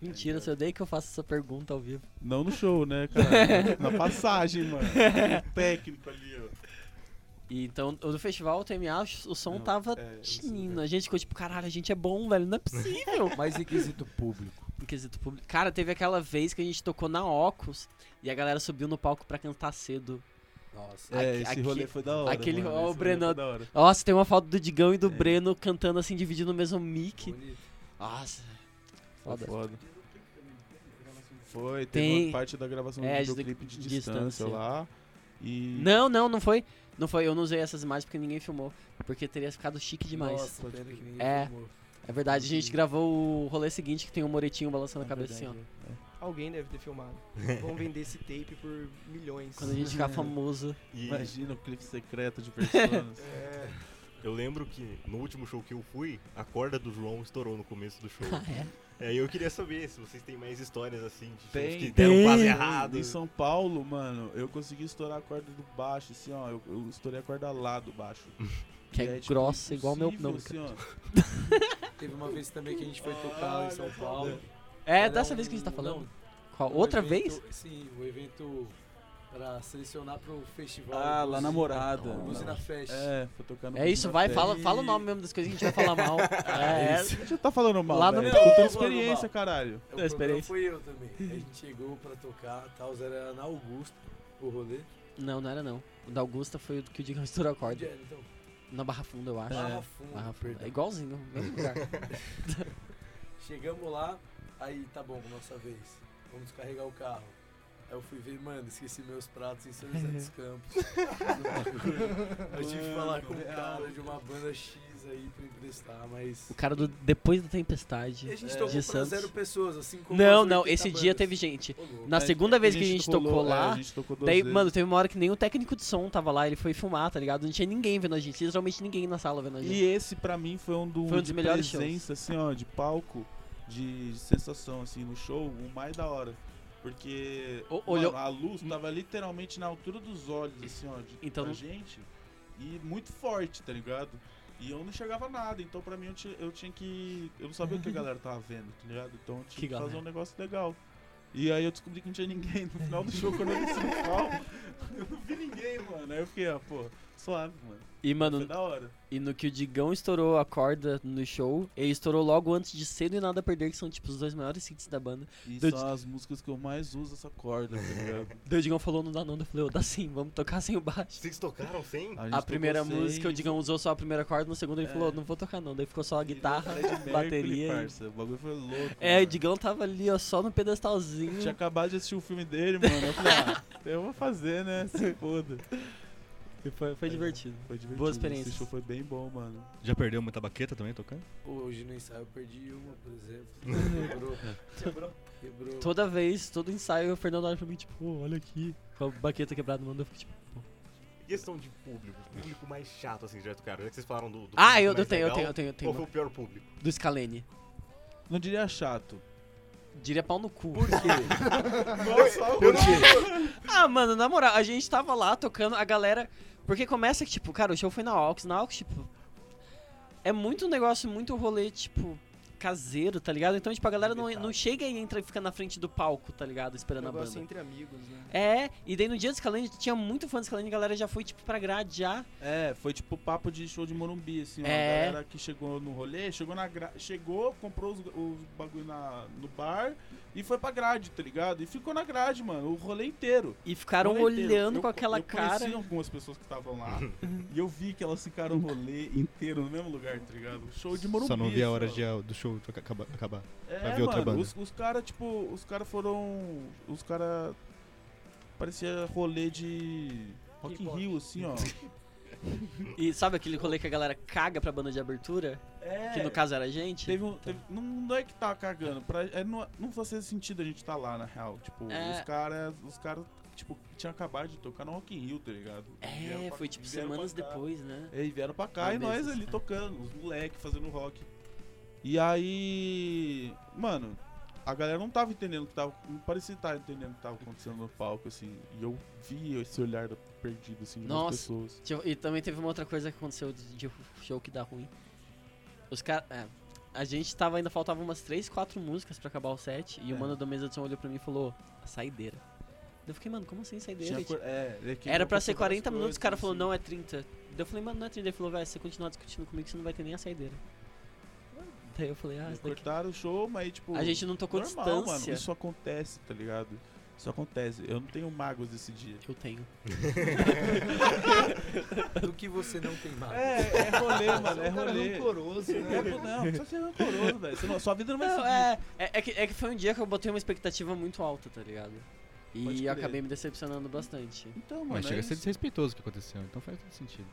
Speaker 4: Mentira, se eu odeio que eu faça essa pergunta ao vivo.
Speaker 2: Não no show, né, cara? Na passagem, mano. O técnico ali, ó.
Speaker 4: E então, o do festival, o TMA, o som
Speaker 8: Não,
Speaker 4: tava
Speaker 8: é, eu sei.
Speaker 4: tinindo. A gente ficou tipo, caralho, a gente é bom, velho, não é
Speaker 8: *laughs*
Speaker 4: possível.
Speaker 9: Mas em quesito público.
Speaker 4: Em quesito público. Cara, teve aquela vez que a gente tocou na Ocus e a galera subiu no palco pra cantar cedo.
Speaker 9: Nossa.
Speaker 2: É,
Speaker 4: Aque-
Speaker 2: esse
Speaker 4: aque-
Speaker 2: rolê foi da hora.
Speaker 4: aquele-
Speaker 2: mano.
Speaker 4: ó, o
Speaker 2: Esse rolê
Speaker 4: Brenão-
Speaker 2: foi da hora. É.
Speaker 4: Nossa, tem uma foto do Digão e do Breno cantando assim, dividindo o mesmo mic. Nossa.
Speaker 2: Foi
Speaker 4: Foda.
Speaker 2: foda. Foi, teve
Speaker 4: Tem-
Speaker 2: uma parte da gravação
Speaker 4: É,
Speaker 2: do
Speaker 4: de-
Speaker 2: clipe de
Speaker 4: de
Speaker 2: distância,
Speaker 4: distância.
Speaker 2: lá. E.
Speaker 4: Não, não, não foi. Não foi, eu não usei essas imagens porque ninguém filmou. Porque teria ficado chique demais.
Speaker 9: Nossa, pena que ninguém
Speaker 4: É.
Speaker 9: filmou.
Speaker 4: É verdade, a gente gravou o rolê seguinte que tem um moretinho
Speaker 2: É
Speaker 4: balançando a cabeça assim, ó.
Speaker 7: Alguém deve ter filmado. Vão vender esse tape por milhões.
Speaker 4: Quando a
Speaker 2: *laughs*
Speaker 4: gente ficar famoso.
Speaker 1: E
Speaker 2: Imagina o clipe secreto de
Speaker 4: *laughs*
Speaker 2: personas.
Speaker 1: eu lembro que no último show que eu fui, a corda do João estourou no começo do
Speaker 4: *laughs*
Speaker 1: show.
Speaker 4: Ah, é?
Speaker 1: É, e eu queria saber se vocês têm mais histórias assim, de
Speaker 2: Tem,
Speaker 1: shows que deram quase
Speaker 2: Tem,
Speaker 1: errado.
Speaker 2: Em
Speaker 4: é um
Speaker 2: São Paulo, mano, eu consegui estourar a corda do baixo, assim, ó. Eu, eu estourei a corda lá do baixo.
Speaker 4: Que
Speaker 2: E
Speaker 4: é,
Speaker 2: tipo,
Speaker 4: grossa, igual meu.
Speaker 2: impossível,
Speaker 4: Não,
Speaker 2: assim, ó.
Speaker 5: Teve uma vez também que a gente foi tocar em São Paulo.
Speaker 4: É
Speaker 5: Era
Speaker 4: dessa vez que a gente tá
Speaker 5: um-
Speaker 4: falando?
Speaker 5: não,
Speaker 4: Qual?
Speaker 5: um
Speaker 4: Outra vez?
Speaker 5: evento- Sim, o evento pra selecionar pro festival.
Speaker 2: Ah, lá
Speaker 5: Luz-
Speaker 2: na morada.
Speaker 5: Luzina Fest.
Speaker 2: É, foi tocar no
Speaker 4: É isso,
Speaker 2: Buzina
Speaker 4: vai,
Speaker 2: Fest.
Speaker 4: fala, fala o nome mesmo das coisas que a gente vai falar
Speaker 2: *laughs*
Speaker 4: mal. É,
Speaker 2: A gente tá falando mal,
Speaker 4: Lá no
Speaker 2: velho.
Speaker 4: meu-
Speaker 2: Tô tendo
Speaker 5: Tô falando
Speaker 2: experiência,
Speaker 5: mal.
Speaker 2: caralho.
Speaker 5: O
Speaker 4: Da experiência.
Speaker 5: problema foi eu também. A gente chegou pra tocar, tal, era na Augusto o rolê.
Speaker 4: Não, não era não. O da Augusta foi o que o Digão estourou a
Speaker 5: Onde
Speaker 4: corda.
Speaker 5: era, então?
Speaker 4: Na Barra Funda, eu acho.
Speaker 5: Barra Funda,
Speaker 4: Barra Funda. É
Speaker 5: perdão.
Speaker 4: igualzinho, mesmo lugar.
Speaker 5: Chegamos lá, aí tá bom, nossa vez. Vamos descarregar o carro. Aí eu fui ver, mano, esqueci meus pratos em São José dos
Speaker 4: *laughs*
Speaker 5: *laughs* Campos. eu tive que falar com o cara de uma banda X aí pra emprestar, mas.
Speaker 4: *laughs*
Speaker 5: É.
Speaker 4: O cara do Depois da Tempestade.
Speaker 5: E a gente
Speaker 4: de
Speaker 5: tocou pra
Speaker 4: Santos.
Speaker 5: zero pessoas, assim como.
Speaker 4: Não,
Speaker 5: as
Speaker 4: não,
Speaker 5: 80
Speaker 4: esse dia
Speaker 5: bandas.
Speaker 4: teve gente.
Speaker 5: Ô, louco.
Speaker 4: Na segunda vez que a gente tocou,
Speaker 2: é,
Speaker 4: lá,
Speaker 2: a gente tocou duas
Speaker 4: daí,
Speaker 2: vezes.
Speaker 4: mano, teve uma hora que nem o técnico de som tava lá, ele foi filmar, tá ligado? Não tinha ninguém vendo a gente, literalmente ninguém na sala vendo a gente.
Speaker 2: E esse pra mim foi um, do,
Speaker 4: Foi um dos
Speaker 2: de
Speaker 4: melhores
Speaker 2: presença, assim, ó, de palco, de sensação, assim, no show, o mais da hora. Porque
Speaker 4: O-
Speaker 2: mano,
Speaker 4: olhou- Hum.
Speaker 2: a luz tava literalmente na altura dos olhos, assim, ó, de,
Speaker 4: Então
Speaker 2: da
Speaker 4: não-
Speaker 2: gente. E muito forte, tá ligado? E eu não chegava a nada, então pra mim eu, ti- eu tinha que. Eu não sabia
Speaker 4: *laughs*
Speaker 2: o que a galera tava vendo, tá ligado? Então eu tinha que,
Speaker 4: Que
Speaker 2: fazer
Speaker 4: galera.
Speaker 2: um negócio legal. E aí eu descobri que não tinha ninguém no final do show, quando eu desci no palco, *laughs* eu não vi ninguém, mano. Aí eu fiquei, ó, pô, suave, mano. Foi
Speaker 4: E, mano,
Speaker 2: da hora.
Speaker 4: e no que o Digão estourou a corda no show, ele estourou logo antes de Cedo e Nada a Perder, que são, tipo, os dois maiores hits da banda.
Speaker 2: E
Speaker 4: Dude.
Speaker 2: são as músicas que eu mais uso essa corda, tá ligado?
Speaker 4: *laughs* Daí o Digão falou, não dá não, eu falei, ô, dá sim, vamos tocar sem o baixo.
Speaker 1: Vocês tocaram sem?
Speaker 2: gente
Speaker 4: A
Speaker 2: tocou
Speaker 4: primeira
Speaker 2: seis,
Speaker 4: música, é o Digão usou só a primeira corda, no segundo ele
Speaker 2: É.
Speaker 4: falou, "Ô, não vou tocar não. Daí ficou só a
Speaker 2: e
Speaker 4: guitarra,
Speaker 2: Freddie Mercury,
Speaker 4: bateria.
Speaker 2: parça, O bagulho foi louco.
Speaker 4: É, o
Speaker 2: mano.
Speaker 4: Digão tava ali, ó, só no pedestalzinho.
Speaker 2: Tinha acabado de assistir o filme dele, mano. Eu falei,
Speaker 4: *laughs*
Speaker 2: ah, eu vou fazer, né? Se foda.
Speaker 4: E foi, foi divertido.
Speaker 2: Foi divertido.
Speaker 4: Boa experiência.
Speaker 2: Esse show foi bem bom, mano.
Speaker 6: Já perdeu muita baqueta também tocando?
Speaker 5: Hoje no ensaio eu perdi uma, por exemplo.
Speaker 4: *laughs*
Speaker 5: Quebrou. Quebrou. Quebrou.
Speaker 4: Toda vez, todo ensaio, o Fernando olha pra mim, tipo, "Ô, olha aqui. Com a baqueta quebrada no mundo, eu fico tipo...
Speaker 1: E questão de público, o público mais chato assim que já tocaram. Já que vocês falaram do. do público
Speaker 4: Ah, eu, eu
Speaker 1: mais
Speaker 4: tenho, eu
Speaker 1: legal,
Speaker 4: tenho, eu tenho, eu tenho.
Speaker 1: Qual foi
Speaker 4: uma.
Speaker 1: o pior público?
Speaker 4: *laughs* Do Scalene.
Speaker 2: Não diria chato.
Speaker 4: Diria pau no cu.
Speaker 1: Eu tive.
Speaker 4: *laughs* Ah, mano, na moral, a gente tava lá tocando, a galera. Porque começa que, tipo, cara, o show foi na Aux, na Aux, tipo. É muito um negócio, muito rolê, tipo, caseiro, tá ligado? Então, tipo, a galera não, não chega e entra e fica na frente do palco, tá ligado?
Speaker 7: Um
Speaker 4: Esperando a
Speaker 7: negócio
Speaker 4: banda.
Speaker 7: entre amigos, né?
Speaker 4: É, e daí no dia do Scalene tinha muito fã do Scalene, a galera já foi, tipo, pra grade já.
Speaker 2: É, foi tipo papo de show de Morumbi, assim, ó.
Speaker 4: É.
Speaker 2: A galera que chegou no rolê, chegou na gra... Chegou, comprou os, os bagulho na, no bar e foi pra grade, tá ligado? E ficou na grade, mano, o rolê inteiro.
Speaker 4: E ficaram
Speaker 2: Rolê inteiro.
Speaker 4: olhando
Speaker 2: Eu
Speaker 4: com
Speaker 2: co-
Speaker 4: aquela
Speaker 2: eu
Speaker 4: cara.
Speaker 2: conheci algumas pessoas que estavam
Speaker 6: *laughs*
Speaker 2: lá e eu vi que elas ficaram o rolê inteiro no mesmo lugar, tá ligado? Show de Morumbi.
Speaker 6: Só não vi a
Speaker 2: assim,
Speaker 6: hora
Speaker 2: ó.
Speaker 6: de, ah, do show acaba- acabar.
Speaker 2: É,
Speaker 6: vai ver outra
Speaker 2: mano,
Speaker 6: banda.
Speaker 2: Os, os caras, tipo, os caras foram... Os caras... Parecia rolê de... Rock in
Speaker 5: K-pop.
Speaker 2: Rio, assim,
Speaker 4: *laughs*
Speaker 2: ó.
Speaker 4: E sabe aquele rolê que a galera caga pra banda de abertura?
Speaker 2: É.
Speaker 4: Que no caso era a gente?
Speaker 2: Teve um, teve- não, não é que tá cagando, pra, é, não, não fazia sentido a gente tá lá, na real. Tipo,
Speaker 4: É.
Speaker 2: os caras, os caras, tipo, tinham acabado de tocar no Rock in Rio, tá ligado? Vieram
Speaker 4: É,
Speaker 2: pra-
Speaker 4: foi tipo
Speaker 2: vieram pra
Speaker 4: semanas
Speaker 2: cá.
Speaker 4: depois, né?
Speaker 2: É, E vieram pra cá
Speaker 4: Ah,
Speaker 2: e nós
Speaker 4: beleza.
Speaker 2: ali tocando, os moleques fazendo rock. E aí. Mano, a galera não tava entendendo o que tava. Não parecia estar entendendo o que tava acontecendo no palco, assim. E eu vi esse olhar da- perdido, assim, de
Speaker 4: Nossa.
Speaker 2: umas pessoas.
Speaker 4: Tipo, E também teve uma outra coisa que aconteceu de, de show que dá ruim. Os caras. É, a gente tava ainda, faltava umas 3, 4 músicas pra acabar o set. E
Speaker 2: É.
Speaker 4: o mano da mesa de som olhou pra mim e falou: saideira. Eu fiquei, mano, como assim saideira?
Speaker 2: Tinha
Speaker 4: Tipo,
Speaker 2: cor- é, ele quebrou
Speaker 4: Era pra
Speaker 2: pra
Speaker 4: ser
Speaker 2: todas
Speaker 4: 40
Speaker 2: as
Speaker 4: minutos, o
Speaker 2: coisas,
Speaker 4: cara falou,
Speaker 2: assim.
Speaker 4: não, é 30. Daí eu falei, mano, não é 30. Ele falou, velho, se você continuar discutindo comigo, você não vai ter nem a saideira. Daí eu falei, ah,
Speaker 2: Eles
Speaker 4: isso daqui...
Speaker 2: cortaram o show, mas tipo.
Speaker 4: a gente não tocou
Speaker 2: normal,
Speaker 4: distância.
Speaker 2: mano. Isso acontece, tá ligado? Isso acontece. Eu não tenho mágoas desse dia.
Speaker 4: Eu tenho. *laughs*
Speaker 5: Do que você não tem mal.
Speaker 2: É, é *laughs* rolê, mano.
Speaker 7: Você
Speaker 2: É
Speaker 7: um cara
Speaker 2: rolê.
Speaker 7: rancoroso,
Speaker 2: É,
Speaker 7: né?
Speaker 2: pô, não, não precisa ser rancoroso, velho. Você não- Sua vida não vai
Speaker 4: Não,
Speaker 2: seguir.
Speaker 4: é, é, é que, é que foi um dia que eu botei uma expectativa muito alta, tá ligado?
Speaker 2: Pode
Speaker 4: E
Speaker 2: crer.
Speaker 4: eu acabei me decepcionando bastante.
Speaker 2: Então, mano.
Speaker 6: Mas
Speaker 2: é
Speaker 6: chega a ser
Speaker 2: isso.
Speaker 6: desrespeitoso o que aconteceu, então faz todo sentido.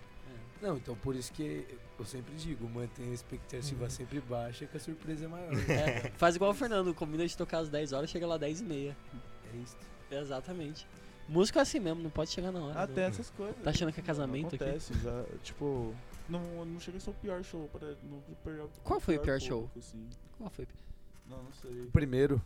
Speaker 5: Não, então por isso que eu sempre digo, mantenha a expectativa
Speaker 2: Uhum.
Speaker 5: sempre baixa que a surpresa é
Speaker 2: *laughs*
Speaker 5: maior.
Speaker 4: É, *laughs* faz igual o Fernando, combina de tocar às 10 horas, chega lá 10 e meia.
Speaker 5: É isso.
Speaker 4: Exatamente. Músico é assim mesmo, não pode chegar na hora.
Speaker 2: Até
Speaker 4: não.
Speaker 2: Ah, essas coisas.
Speaker 4: Tá achando que é casamento aqui?
Speaker 2: acontece, já, tipo. Não, não chega a ser o pior show. Pra, no, pior,
Speaker 4: Qual foi o pior show?
Speaker 2: público, assim.
Speaker 4: Qual foi?
Speaker 2: Não, não sei.
Speaker 5: Primeiro.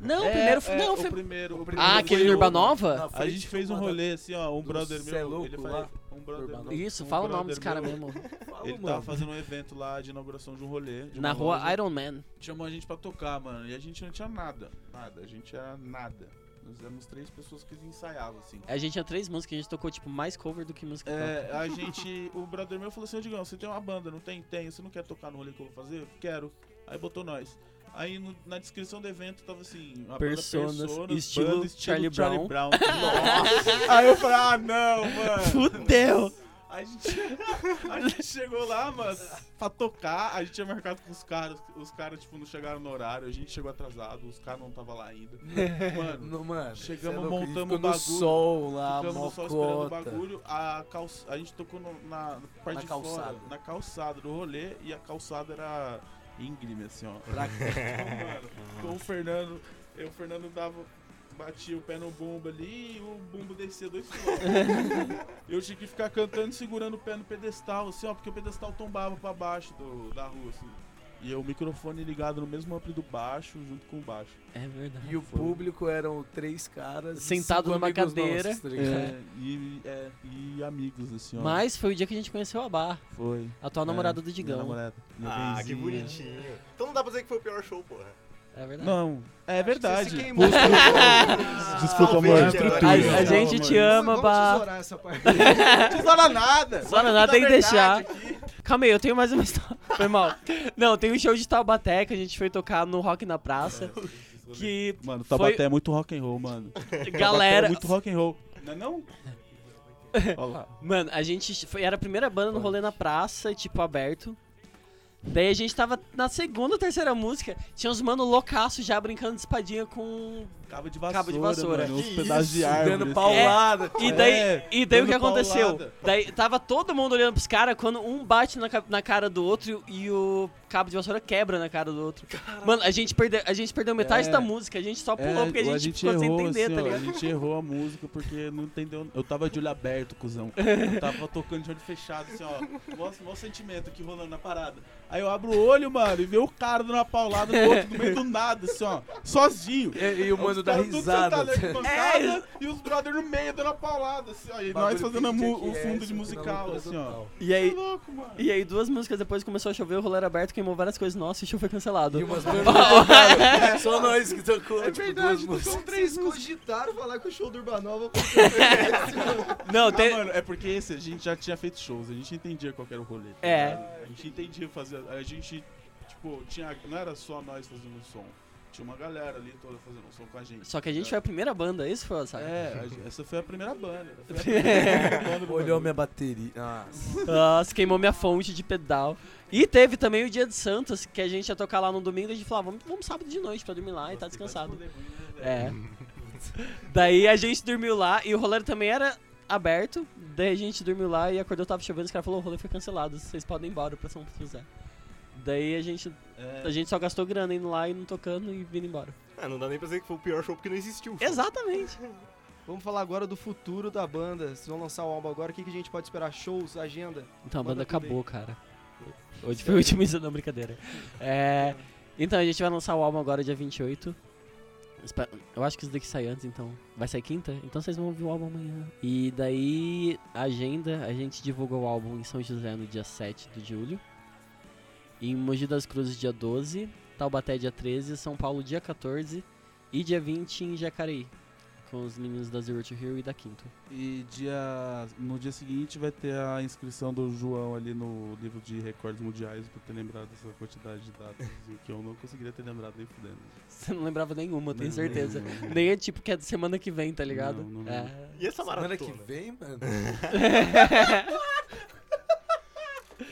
Speaker 4: Não,
Speaker 2: É,
Speaker 4: o primeiro foi.
Speaker 2: é,
Speaker 4: não,
Speaker 2: o
Speaker 4: foi...
Speaker 2: primeiro, o
Speaker 4: Ah,
Speaker 2: primeiro
Speaker 4: aquele
Speaker 2: foi
Speaker 4: no
Speaker 2: o-
Speaker 4: Urbanova?
Speaker 2: A gente fez um rolê assim, ó, um
Speaker 5: do
Speaker 2: brother
Speaker 5: Cê
Speaker 2: meu,
Speaker 5: Louco
Speaker 2: ele
Speaker 5: lá,
Speaker 2: faz um brother
Speaker 5: Urbanova.
Speaker 2: meu,
Speaker 4: Isso,
Speaker 2: um
Speaker 4: fala o nome
Speaker 2: brother
Speaker 4: desse cara
Speaker 2: meu,
Speaker 4: mesmo.
Speaker 2: *laughs* Ele tava fazendo um evento lá de inauguração de um rolê. de
Speaker 4: Na
Speaker 2: uma
Speaker 4: rua
Speaker 2: loja.
Speaker 4: Iron Man.
Speaker 2: Chamou a gente pra tocar, mano, e a gente não tinha nada, nada, a gente era nada. Nós éramos três pessoas que ensaiavam, assim.
Speaker 4: É, A gente tinha três músicas, a gente tocou, tipo, mais cover do que música própria.
Speaker 2: É, a gente, o brother meu falou assim, ô Digão, você tem uma banda, não tem? Tem, você não quer tocar no rolê que eu vou fazer? Quero. Aí botou nós. Aí no- na descrição do evento tava assim, uma
Speaker 4: Personas,
Speaker 2: banda Personas,
Speaker 4: estilo
Speaker 2: banda, estilo
Speaker 4: Charlie
Speaker 2: Charlie
Speaker 4: *laughs*
Speaker 2: Brown. Nossa! Aí eu falei, ah não, *laughs* mano!
Speaker 4: Fudeu!
Speaker 2: A gente, *laughs* a gente chegou lá, mano, pra tocar. A gente tinha marcado com os caras. Os caras, tipo, não chegaram no horário. A gente chegou atrasado. Os caras não estavam lá ainda. Mano,
Speaker 5: Não, mano.
Speaker 2: Chegamos,
Speaker 5: cê é louco,
Speaker 2: montamos
Speaker 5: ele ficou
Speaker 2: o
Speaker 5: no
Speaker 2: bagulho,
Speaker 5: sol lá,
Speaker 2: ficamos no sol esperando o
Speaker 5: mocota.
Speaker 2: bagulho. A, calça, a gente tocou no- na parte
Speaker 5: Na
Speaker 2: de
Speaker 5: calçada.
Speaker 2: fora, na calçada do rolê. E a calçada era íngreme, assim, ó.
Speaker 5: Pra-
Speaker 2: *laughs* Então, mano, com o Fernando, eu, o Fernando dava. Batia o pé no bumbo ali e o bumbo descia dois quilômetros.
Speaker 5: *laughs*
Speaker 2: eu tinha que ficar cantando e segurando o pé no pedestal, assim, ó, porque o pedestal tombava pra baixo do- da rua, assim. E o microfone ligado no mesmo amplo do baixo, junto com o baixo.
Speaker 4: É verdade.
Speaker 5: E o público eram três caras. e
Speaker 4: Sentado
Speaker 5: cinco
Speaker 4: numa
Speaker 5: amigos
Speaker 4: cadeira.
Speaker 5: nossos, tá ligado?
Speaker 4: É.
Speaker 2: e, é, e amigos, assim, ó.
Speaker 4: Mas foi o dia que a gente conheceu a Bar,
Speaker 2: Foi.
Speaker 4: a tua
Speaker 2: É,
Speaker 4: namorada do
Speaker 2: minha
Speaker 4: Digão.
Speaker 2: namorada, minha
Speaker 1: Ah, que
Speaker 2: benzinha.
Speaker 1: bonitinho. Então não dá pra dizer que foi o pior show, porra.
Speaker 4: É verdade.
Speaker 2: Não, é
Speaker 7: Você
Speaker 2: verdade.
Speaker 7: se queimou.
Speaker 1: Desculpa, amor.
Speaker 4: A, a
Speaker 2: Não,
Speaker 4: gente
Speaker 2: amor. é
Speaker 4: te ama,
Speaker 7: Vamos
Speaker 4: Bar.
Speaker 5: *laughs*
Speaker 7: tesourar essa parte.
Speaker 5: É,
Speaker 2: Não fala nada.
Speaker 4: Só nada, tem que deixar. Calma aí, eu tenho mais uma *laughs* história. Foi mal. Não, tem um show de Taubaté que a gente foi tocar no Rock na
Speaker 2: É,
Speaker 4: Praça. Que
Speaker 2: Mano,
Speaker 4: Foi-
Speaker 2: Tabaté é muito rock and roll, mano. Tabaté
Speaker 4: galera.
Speaker 2: é muito rock and roll. Não é não? Olha lá.
Speaker 4: Mano, a gente foi, era a primeira banda no rolê na praça, tipo, aberto. Daí a gente tava na segunda ou terceira música, tinha uns mano loucaço já brincando de espadinha com. um.
Speaker 2: Cabo de vassoura,
Speaker 4: Cabo de vassoura.
Speaker 2: mano, uns pedaços de árvore.
Speaker 5: Dando
Speaker 2: assim.
Speaker 5: paulada.
Speaker 4: E daí,
Speaker 2: É,
Speaker 4: e daí o que
Speaker 2: dando
Speaker 4: aconteceu?
Speaker 2: paulada.
Speaker 4: Daí tava todo mundo olhando pros caras quando um bate na, ca- na cara do outro e o cabo de vassoura quebra na cara do outro. Mano, a gente perdeu, a gente perdeu metade
Speaker 2: É.
Speaker 4: da música, a gente só pulou porque a gente, ficou sem entender,
Speaker 2: assim,
Speaker 4: tá
Speaker 2: ó,
Speaker 4: ligado?
Speaker 2: A gente errou a música porque não entendeu. Eu tava de olho aberto, cuzão. Eu tava tocando de olho fechado, assim, ó. Mó, mó sentimento aqui rolando na parada. Aí eu abro o olho, mano, e vê o cara dando uma paulada no outro no meio do nada, assim, ó. Sozinho.
Speaker 5: E, e o mano
Speaker 2: Os
Speaker 5: dá
Speaker 2: caras tudo
Speaker 5: risada. tá
Speaker 2: sentado
Speaker 4: É
Speaker 2: ali de bancada, E os brother no meio dando a paulada, assim, ó. E nós
Speaker 5: Bagulho
Speaker 2: fazendo a
Speaker 5: bem é,
Speaker 2: mu- o
Speaker 5: Jackass,
Speaker 2: fundo de
Speaker 5: na
Speaker 2: musical,
Speaker 5: loucura
Speaker 2: assim, ó.
Speaker 5: total.
Speaker 4: E aí,
Speaker 2: Louco, mano.
Speaker 4: e aí, duas músicas depois começou a chover, o rolê era aberto, queimou várias coisas nossas e o show foi cancelado.
Speaker 5: E
Speaker 4: *laughs*
Speaker 5: umas bandas. Só nós que tocou.
Speaker 7: É
Speaker 5: tipo,
Speaker 7: verdade,
Speaker 5: duas
Speaker 7: tocou
Speaker 5: músicas.
Speaker 7: três cogitaram falar que o show do Urbanova
Speaker 4: Não,
Speaker 2: Ah,
Speaker 4: tem,
Speaker 2: mano, é porque esse a gente já tinha feito shows, a gente entendia qual era o rolê. tá
Speaker 4: É.
Speaker 2: ligado? A gente entendia fazer. A gente, tipo, tinha. Não era só nós fazendo som. Tinha uma galera ali toda fazendo som com a gente. tá
Speaker 4: Só que a gente foi a primeira banda, isso foi, sabe?
Speaker 2: É, a gen- essa foi a primeira
Speaker 4: *laughs*
Speaker 2: banda. Foi a primeira banda do
Speaker 5: Olhou
Speaker 2: bagulho.
Speaker 5: minha bateria. Ah,
Speaker 4: Nossa, queimou minha fonte de pedal. E teve também o dia de Santos, que a gente ia tocar lá no domingo e a gente falou, ah, vamos, vamos sábado de noite pra dormir lá e tá descansado. É. Daí a gente dormiu lá e o rolê também era aberto. Daí a gente dormiu lá e acordou, tava chovendo, os caras falaram, o rolê foi cancelado, vocês podem ir embora pra São José. Daí a gente, a gente só gastou grana indo lá e não tocando e vindo embora.
Speaker 1: Ah, não dá nem pra dizer que foi o pior show porque não existiu.
Speaker 4: Exatamente.
Speaker 7: Vamos falar agora do futuro da banda. Vocês vão lançar o álbum agora. O que, que a gente pode esperar? Shows, agenda?
Speaker 4: Então, a
Speaker 7: Manda
Speaker 4: banda
Speaker 7: tudo
Speaker 4: acabou, cara. Hoje foi o último *laughs* isso, não, brincadeira. É, então, a gente vai lançar o álbum agora dia 28. Espe- Eu acho que isso daqui sai antes, então. Vai sair quinta? Então vocês vão ouvir o álbum amanhã. E daí, a agenda, a gente divulga o álbum em São José no dia 7 de julho. em Mogi das Cruzes dia 12, Taubaté dia 13, São Paulo dia 14 e dia 20 em Jacareí, com os meninos da Zero to Hero e da Quinto. *laughs*
Speaker 2: E dia, no dia seguinte vai ter a inscrição do João ali no livro de recordes mundiais por ter lembrado essa quantidade de datas *laughs* assim, que eu não conseguiria ter lembrado nem fudendo.
Speaker 4: Você não lembrava nenhuma, eu tenho
Speaker 2: Não,
Speaker 4: certeza.
Speaker 2: não, não.
Speaker 4: Nem é tipo que é de semana que vem, tá ligado?
Speaker 2: Não, não
Speaker 4: é.
Speaker 1: E essa
Speaker 10: Semana
Speaker 1: maratona?
Speaker 10: que vem, mano.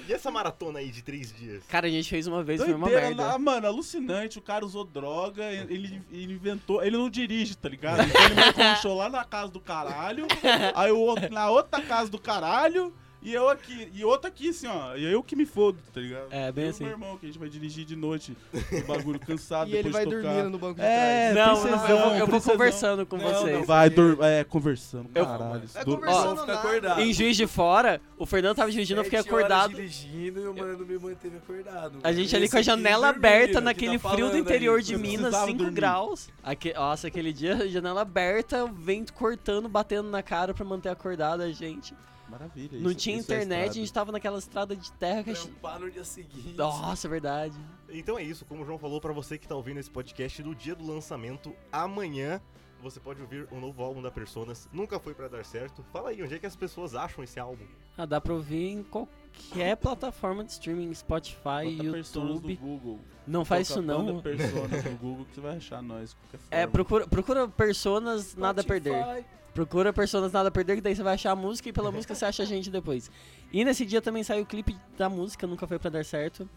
Speaker 1: E essa maratona aí de três dias?
Speaker 4: Cara, a gente fez uma vez, foi uma
Speaker 2: Doideira
Speaker 4: merda. É.
Speaker 2: lá, mano, alucinante, o cara usou droga, ele, ele inventou, ele não dirige, tá ligado? Então ele marcou um show lá na casa do
Speaker 4: *laughs*
Speaker 2: caralho, aí o outro na outra casa do caralho, e eu aqui, e outro aqui, assim, ó, e eu que me fodo, tá ligado?
Speaker 4: É, bem
Speaker 2: eu e
Speaker 4: assim.
Speaker 2: meu irmão, que a gente vai dirigir de noite, o bagulho
Speaker 4: *laughs*
Speaker 2: cansado,
Speaker 7: E
Speaker 2: Ah, depois
Speaker 7: ele vai
Speaker 2: de tocar.
Speaker 7: dormindo no banco de
Speaker 2: É,
Speaker 7: trás.
Speaker 4: não, não,
Speaker 2: princesão,
Speaker 4: eu vou, eu vou
Speaker 2: princesão.
Speaker 4: conversando com
Speaker 2: Não,
Speaker 4: vocês.
Speaker 2: não, vai dormir, é, conversando,
Speaker 4: Eu-
Speaker 2: caralho.
Speaker 7: É
Speaker 2: Do-
Speaker 7: conversando
Speaker 10: Ó,
Speaker 7: nada.
Speaker 10: acordado.
Speaker 4: Em Juiz de Fora, o Fernando tava dirigindo, eu fiquei
Speaker 10: Sete horas
Speaker 4: acordado.
Speaker 10: dirigindo e o mano me manteve acordado.
Speaker 4: A gente ali
Speaker 10: Esse
Speaker 4: com a
Speaker 10: aqui
Speaker 4: janela
Speaker 10: dormindo, que
Speaker 4: aberta
Speaker 10: tá
Speaker 4: naquele frio
Speaker 10: falando
Speaker 4: do
Speaker 10: aí.
Speaker 4: interior de
Speaker 2: eu
Speaker 4: Minas,
Speaker 2: precisava
Speaker 4: 5
Speaker 2: dormir.
Speaker 4: graus. Aque- nossa, aquele dia, *laughs* janela aberta, o vento cortando, batendo na cara pra manter acordada a gente.
Speaker 2: Maravilha.
Speaker 4: não
Speaker 2: isso-
Speaker 4: tinha
Speaker 2: isso é
Speaker 4: internet, a
Speaker 2: estrada.
Speaker 4: gente tava naquela estrada de terra que a gente...
Speaker 10: Trampar no dia seguinte.
Speaker 4: Nossa, é verdade.
Speaker 1: Então é isso, como o João falou, pra você que tá ouvindo esse podcast no dia do lançamento, amanhã, você pode ouvir o novo álbum da Personas, Nunca Foi Pra Dar Certo. Fala aí, onde é que as pessoas acham esse álbum?
Speaker 4: Ah, dá pra ouvir em qualquer plataforma de streaming, Spotify,
Speaker 2: Bota personas
Speaker 4: YouTube.
Speaker 2: do Google.
Speaker 4: Não faz isso
Speaker 2: Coloca
Speaker 4: não.
Speaker 2: banda Personas no Google que você vai achar nós. de qualquer
Speaker 4: *laughs* É,
Speaker 2: forma.
Speaker 4: procura, procura Personas Nada a Perder.
Speaker 10: Spotify.
Speaker 4: Procura Personas Nada a Perder, que daí você vai achar a música e pela música você acha a gente depois. E nesse dia também saiu o clipe da música, nunca foi pra dar certo.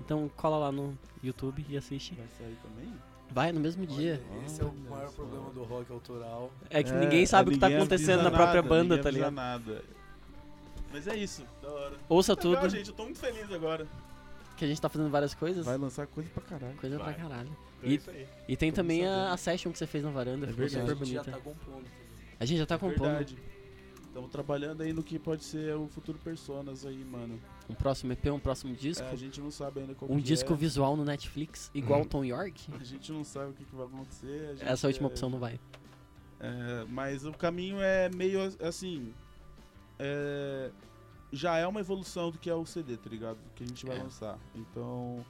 Speaker 4: Então cola lá no YouTube e assiste.
Speaker 2: Vai sair também?
Speaker 4: Vai, no mesmo dia.
Speaker 10: Olha, Esse é o
Speaker 2: Olha
Speaker 10: maior
Speaker 2: só.
Speaker 10: problema do rock autoral.
Speaker 4: É que ninguém sabe o que tá
Speaker 2: ninguém
Speaker 4: acontecendo na
Speaker 2: avisa
Speaker 4: própria
Speaker 2: nada,
Speaker 4: banda,
Speaker 2: ninguém
Speaker 4: tá
Speaker 2: avisa
Speaker 4: ligado?
Speaker 2: nada. Mas é isso, da hora.
Speaker 4: Ouça
Speaker 2: Tá Legal,
Speaker 4: tudo,
Speaker 2: gente, eu tô muito feliz agora.
Speaker 4: que a gente tá fazendo várias coisas.
Speaker 2: Vai lançar coisa pra caralho.
Speaker 4: Coisa
Speaker 1: Vai.
Speaker 4: pra caralho.
Speaker 1: Então é
Speaker 4: E-
Speaker 1: isso aí.
Speaker 4: E tem
Speaker 2: Tô
Speaker 4: também
Speaker 2: sabendo.
Speaker 4: a, a session que você fez na varanda, ficou
Speaker 2: verdade.
Speaker 4: super
Speaker 10: a gente já
Speaker 4: bonita.
Speaker 10: tá compondo.
Speaker 4: A gente já tá compondo.
Speaker 2: É Verdade. Estamos trabalhando aí no que pode ser o futuro Personas aí, mano.
Speaker 4: Um próximo EP, um próximo disco.
Speaker 2: É, a gente não sabe ainda como
Speaker 4: Um
Speaker 2: que
Speaker 4: disco
Speaker 2: é.
Speaker 4: visual no Netflix, igual Tom York.
Speaker 2: A gente não sabe o que, que vai acontecer. a gente
Speaker 4: Essa última
Speaker 2: é-
Speaker 4: opção não vai.
Speaker 2: É, mas o caminho é meio assim. é, já é uma evolução do que é o CD, tá ligado? Que a gente vai
Speaker 4: É.
Speaker 2: lançar. Então.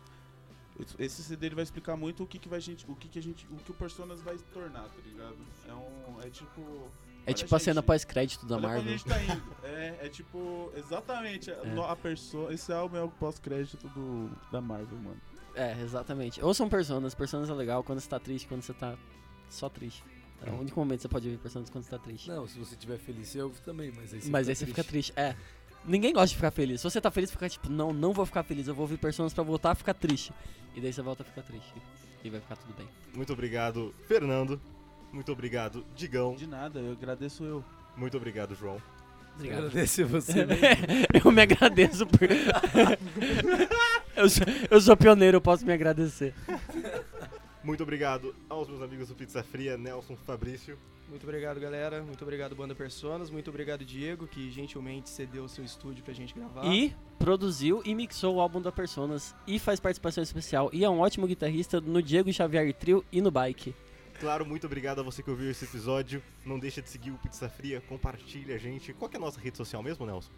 Speaker 2: es- Esse CD ele vai explicar muito o que, que vai gente. O que, que a gente. O que o Personas vai se tornar, tá ligado? É um. É tipo.
Speaker 4: É
Speaker 2: olha,
Speaker 4: tipo a cena
Speaker 2: gente,
Speaker 4: pós-crédito da
Speaker 2: olha pra onde a
Speaker 4: Marvel. É.
Speaker 2: gente tá indo. É, é tipo. Exatamente. a- no- A pessoa, esse álbum é o pós-crédito do, da Marvel, mano.
Speaker 4: É, exatamente. Ou são personas. Personas é legal quando você tá triste, quando você tá só triste. É o único momento que você pode ouvir personas quando você tá triste.
Speaker 10: Não, se você tiver feliz, você ouve também, mas aí você
Speaker 4: Mas
Speaker 10: fica
Speaker 4: aí você fica triste. É. Ninguém gosta de ficar feliz. Se você tá feliz, fica tipo, não, não vou ficar feliz. Eu vou ouvir personas pra voltar a ficar triste. E daí você volta a ficar triste. E vai ficar tudo bem.
Speaker 1: Muito obrigado, Fernando. Muito obrigado, Digão.
Speaker 2: De nada, eu agradeço eu.
Speaker 1: Muito obrigado, João.
Speaker 4: Obrigado.
Speaker 10: Agradeço a você. né?
Speaker 4: *laughs* eu me agradeço por. *laughs* eu, sou, eu sou pioneiro, eu posso me agradecer.
Speaker 1: Muito obrigado aos meus amigos do Pizza Fria, Nelson Fabrício.
Speaker 7: Muito obrigado, galera. Muito obrigado, Banda Personas. Muito obrigado, Diego, que gentilmente cedeu o seu estúdio pra gente gravar.
Speaker 4: E produziu e mixou o álbum da Personas. E faz participação especial. E é um ótimo guitarrista no Diego Xavier Trio e no Bike.
Speaker 1: Claro, muito obrigado a você que ouviu esse episódio. Não deixa de seguir o Pizza Fria, compartilha, gente. Qual que é a nossa rede social mesmo, Nelson?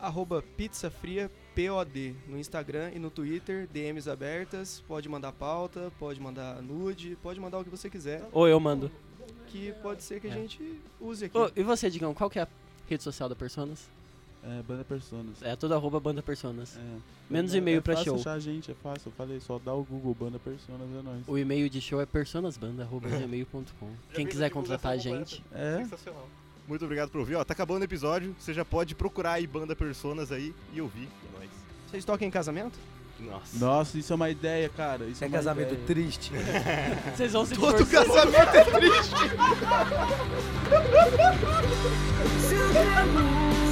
Speaker 7: Arroba Pizza Fria POD no Instagram e no Twitter, DMs abertas, pode mandar pauta, pode mandar nude, pode mandar o que você quiser,
Speaker 4: Ou eu mando.
Speaker 7: que pode ser que a
Speaker 4: Tá É.
Speaker 7: gente use aqui.
Speaker 4: Ô, e você, Digão, qual que é a rede social da Personas?
Speaker 2: É, banda Personas.
Speaker 4: É tudo arroba banda Personas.
Speaker 2: É.
Speaker 4: Menos
Speaker 2: É-
Speaker 4: e-mail pra
Speaker 2: É
Speaker 4: show.
Speaker 2: fácil achar a gente, é fácil. Eu falei, só dá o Google, banda Personas, é nóis.
Speaker 4: O e-mail de show é personasbanda.gmail.com. Quem
Speaker 1: a
Speaker 4: quiser
Speaker 1: divulgação
Speaker 4: contratar a gente,
Speaker 1: completa.
Speaker 2: É,
Speaker 1: Sensacional. Muito obrigado por ouvir. Ó, tá acabando o episódio. Você já pode procurar aí Banda Personas aí e ouvir. É nóis.
Speaker 7: Vocês tocam em casamento?
Speaker 1: Nossa.
Speaker 2: Nossa, isso é uma ideia, cara. Isso
Speaker 10: É
Speaker 2: é uma
Speaker 10: casamento
Speaker 2: ideia.
Speaker 10: triste.
Speaker 4: vocês vão se
Speaker 7: Todo casamento é triste!
Speaker 11: Sometimes